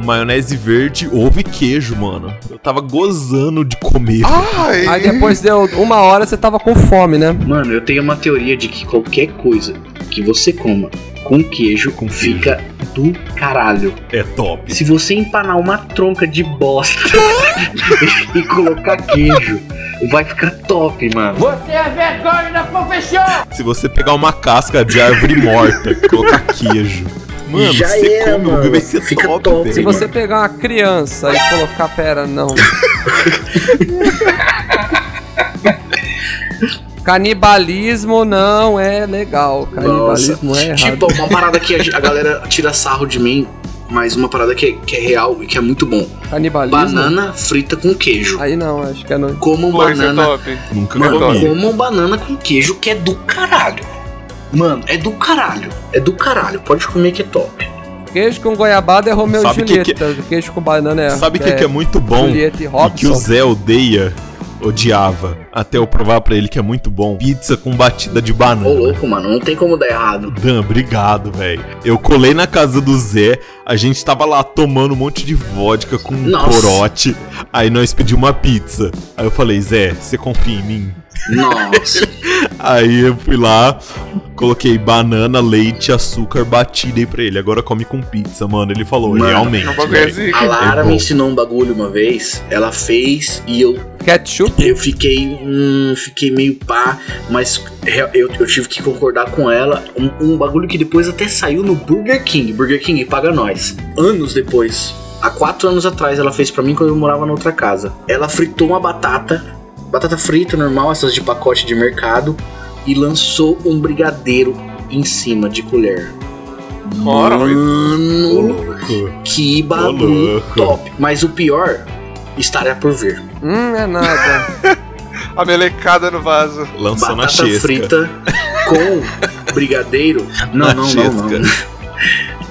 maionese verde, ovo e queijo, mano. Eu tava gozando de comer.
Aí
é
depois deu uma hora, você tava com fome, né?
Mano, eu tenho uma teoria de que qualquer coisa que você coma com queijo fica do caralho.
É top.
Se você empanar uma tronca de bosta *laughs* e colocar queijo, vai ficar top, mano.
Você é vergonha da profissão!
Se você pegar uma casca de árvore morta *laughs* e colocar queijo. Mano,
Já
você
era,
come, o bagulho vai ser top, velho.
Se você pegar uma criança e colocar
*laughs*
pera, não. Canibalismo não é legal. Canibalismo é errado.
tipo, uma parada que a, a galera tira sarro de mim, mas uma parada que, que é real e que é muito bom.
Canibalismo.
Banana frita com queijo.
Aí não, acho que é não.
Comam
Pô, isso é
banana.
top.
Nunca
Mano,
comi.
comam banana com queijo que é do caralho. Mano, é do caralho. É do caralho. Pode comer que é top.
Queijo com goiabada é Romeu e
Sabe que
Julieta. Queijo com banana é.
Sabe o que, que é muito bom?
Julieta e
E que
Robson.
o Zé odeia, odiava. Até eu provar pra ele que é muito bom. Pizza com batida de banana.
Ô louco, mano, não tem como dar errado.
Dan, obrigado, velho. Eu colei na casa do Zé, a gente tava lá tomando um monte de vodka com um
Nossa.
corote. Aí nós pedimos uma pizza. Aí eu falei, Zé, você confia em mim?
*laughs*
Nossa.
Aí eu fui lá, coloquei banana, leite, açúcar, batida aí pra ele. Agora come com pizza, mano. Ele falou,
Mano, um
realmente.
um
velho,
assim,
A
é
Lara
bom."
me ensinou um bagulho uma vez, ela fez e eu.
Ketchup?
Eu fiquei. Hum, fiquei meio pá, mas re- eu, eu tive que concordar com ela. Um, um bagulho que depois até saiu no Burger King. Burger King paga nós. Anos depois. Há quatro anos atrás ela fez pra mim quando eu morava na outra casa. Ela fritou uma batata, batata frita normal, essas de pacote de mercado, e lançou um brigadeiro em cima de colher. Mano, que bagulho top. Mas o pior estará por vir.
Hum,
*laughs*
é nada.
A melecada no vaso.
Lançou na
Batata
chesca.
frita com brigadeiro. Não,
Na
não, não, não,
chesca.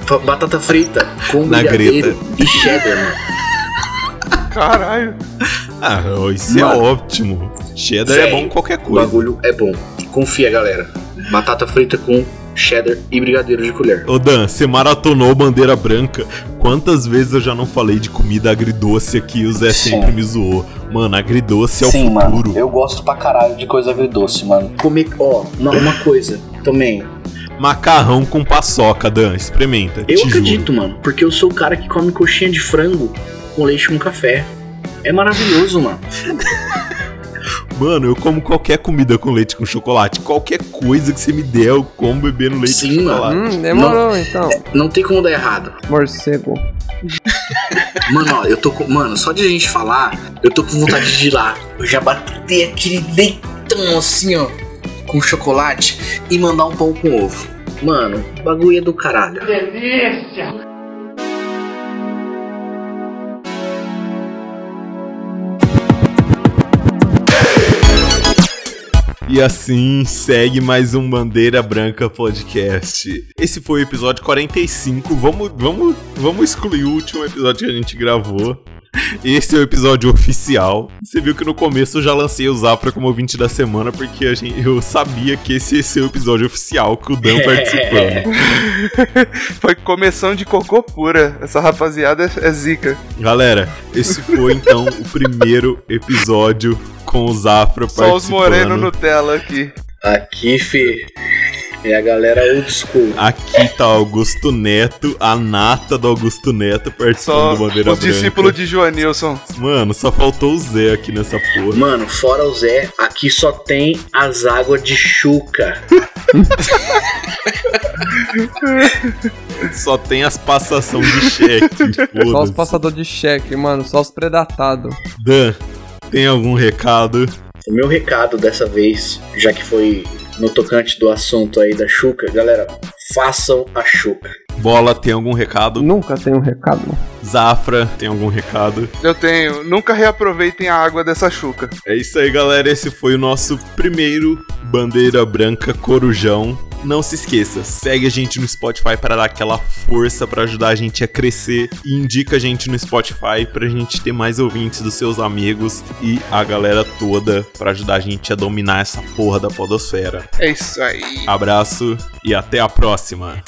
Fa- Batata frita com
Na
brigadeiro e cheddar, mano.
Caralho.
Ah, isso
Mano.
é ótimo. Cheddar é
Sério,
bom em qualquer
O
coisa.
bagulho é bom. Confia, galera. Batata frita com cheddar e brigadeiro de colher.
Ô Dan, você maratonou Bandeira Branca. Quantas vezes eu já não falei de comida agridoce aqui e o Zé sempre me zoou. Mano, agridoce é o
Sim,
futuro.
mano. Eu gosto pra caralho de coisa agridoce, mano. Comer, ó, uma, uma coisa também.
Macarrão com paçoca, Dan. Experimenta.
Eu
te juro.
acredito, mano, porque eu sou o cara que come coxinha de frango com leite com café. É maravilhoso, mano.
Mano, eu como qualquer comida com leite com chocolate. Qualquer coisa que você me der, eu como bebendo leite
Sim,
com
mano.
chocolate.
Não- é, Não tem como dar errado.
Hum, então. Morcego.
Mano, ó, eu tô com. Mano, só de a gente falar, eu tô com vontade de ir lá. Eu já bater aquele deitão assim, ó, com chocolate e mandar um pão com ovo. Mano, bagulho é do caralho.
Delícia!
E assim segue mais um Bandeira Branca Podcast. Esse foi o episódio 45. Vamos, vamos, vamos excluir o último episódio que a gente gravou. Esse é o episódio oficial. Você viu que no começo eu já lancei o Zafra como ouvinte da semana, porque a gente, eu sabia que esse ia ser o episódio oficial que o Dan participando.
Foi começão de cocô pura. Essa rapaziada é, é zica.
Galera, esse foi então o primeiro episódio com o Zafra
Só os moreno
participando.
Nutella aqui.
Aqui, fi. É a galera old school.
Aqui tá Augusto Neto, a nata do Augusto Neto
Só
participando do Bandeira
os
Branca.
discípulos de Joanilson.
Mano, só faltou o Zé aqui nessa porra.
Mano, fora o Zé, aqui só tem as águas de chuca.
Só tem as passação de cheque.
Só os
foda-se.
passador de cheque, mano. Só os predatados.
Dan, tem algum recado?
O meu recado dessa vez, já que foi no tocante do assunto aí da chuca, galera, façam a chuca.
Bola, tem algum recado?
Nunca tem um recado.
Zafra, tem algum recado?
Eu tenho. Nunca reaproveitem a água dessa chuca.
É isso aí, galera. Esse foi o nosso primeiro Bandeira Branca Corujão. Não se esqueça, segue a gente no Spotify para dar aquela força para ajudar a gente a crescer e indica a gente no Spotify para a gente ter mais ouvintes dos seus amigos e a galera toda para ajudar a gente a dominar essa porra da podosfera.
É isso aí.
Abraço e até a próxima.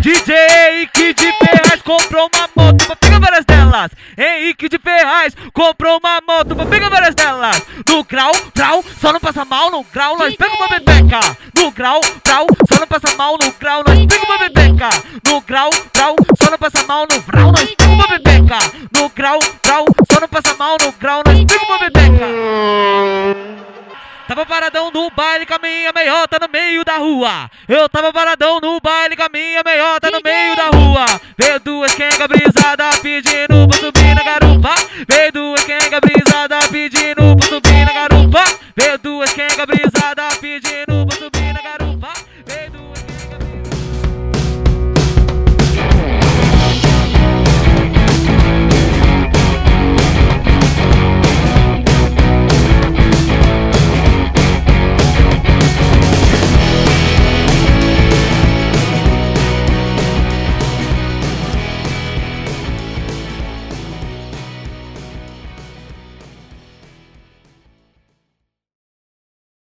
DJ Henrique de Ferraz comprou uma moto pra pegar várias delas. Henrique de Ferraz comprou uma moto pra pegar várias delas. No grau, grau, só não passa mal no grau, nós pega uma bebeca. No grau, grau, só não passa mal no grau, nós pega uma bebeca. No grau, grau, só não passa mal no grau, nós pega uma bebeca. No grau, grau, só não passa mal no grau, nós pega uma bebeca. Tava paradão no baile com a minha meiota no meio da rua. Eu tava paradão no baile com a minha meiota no meio da rua. Veio duas quenga brisada pedindo pra subir na garupa. Veio duas quenga brisada pedindo pra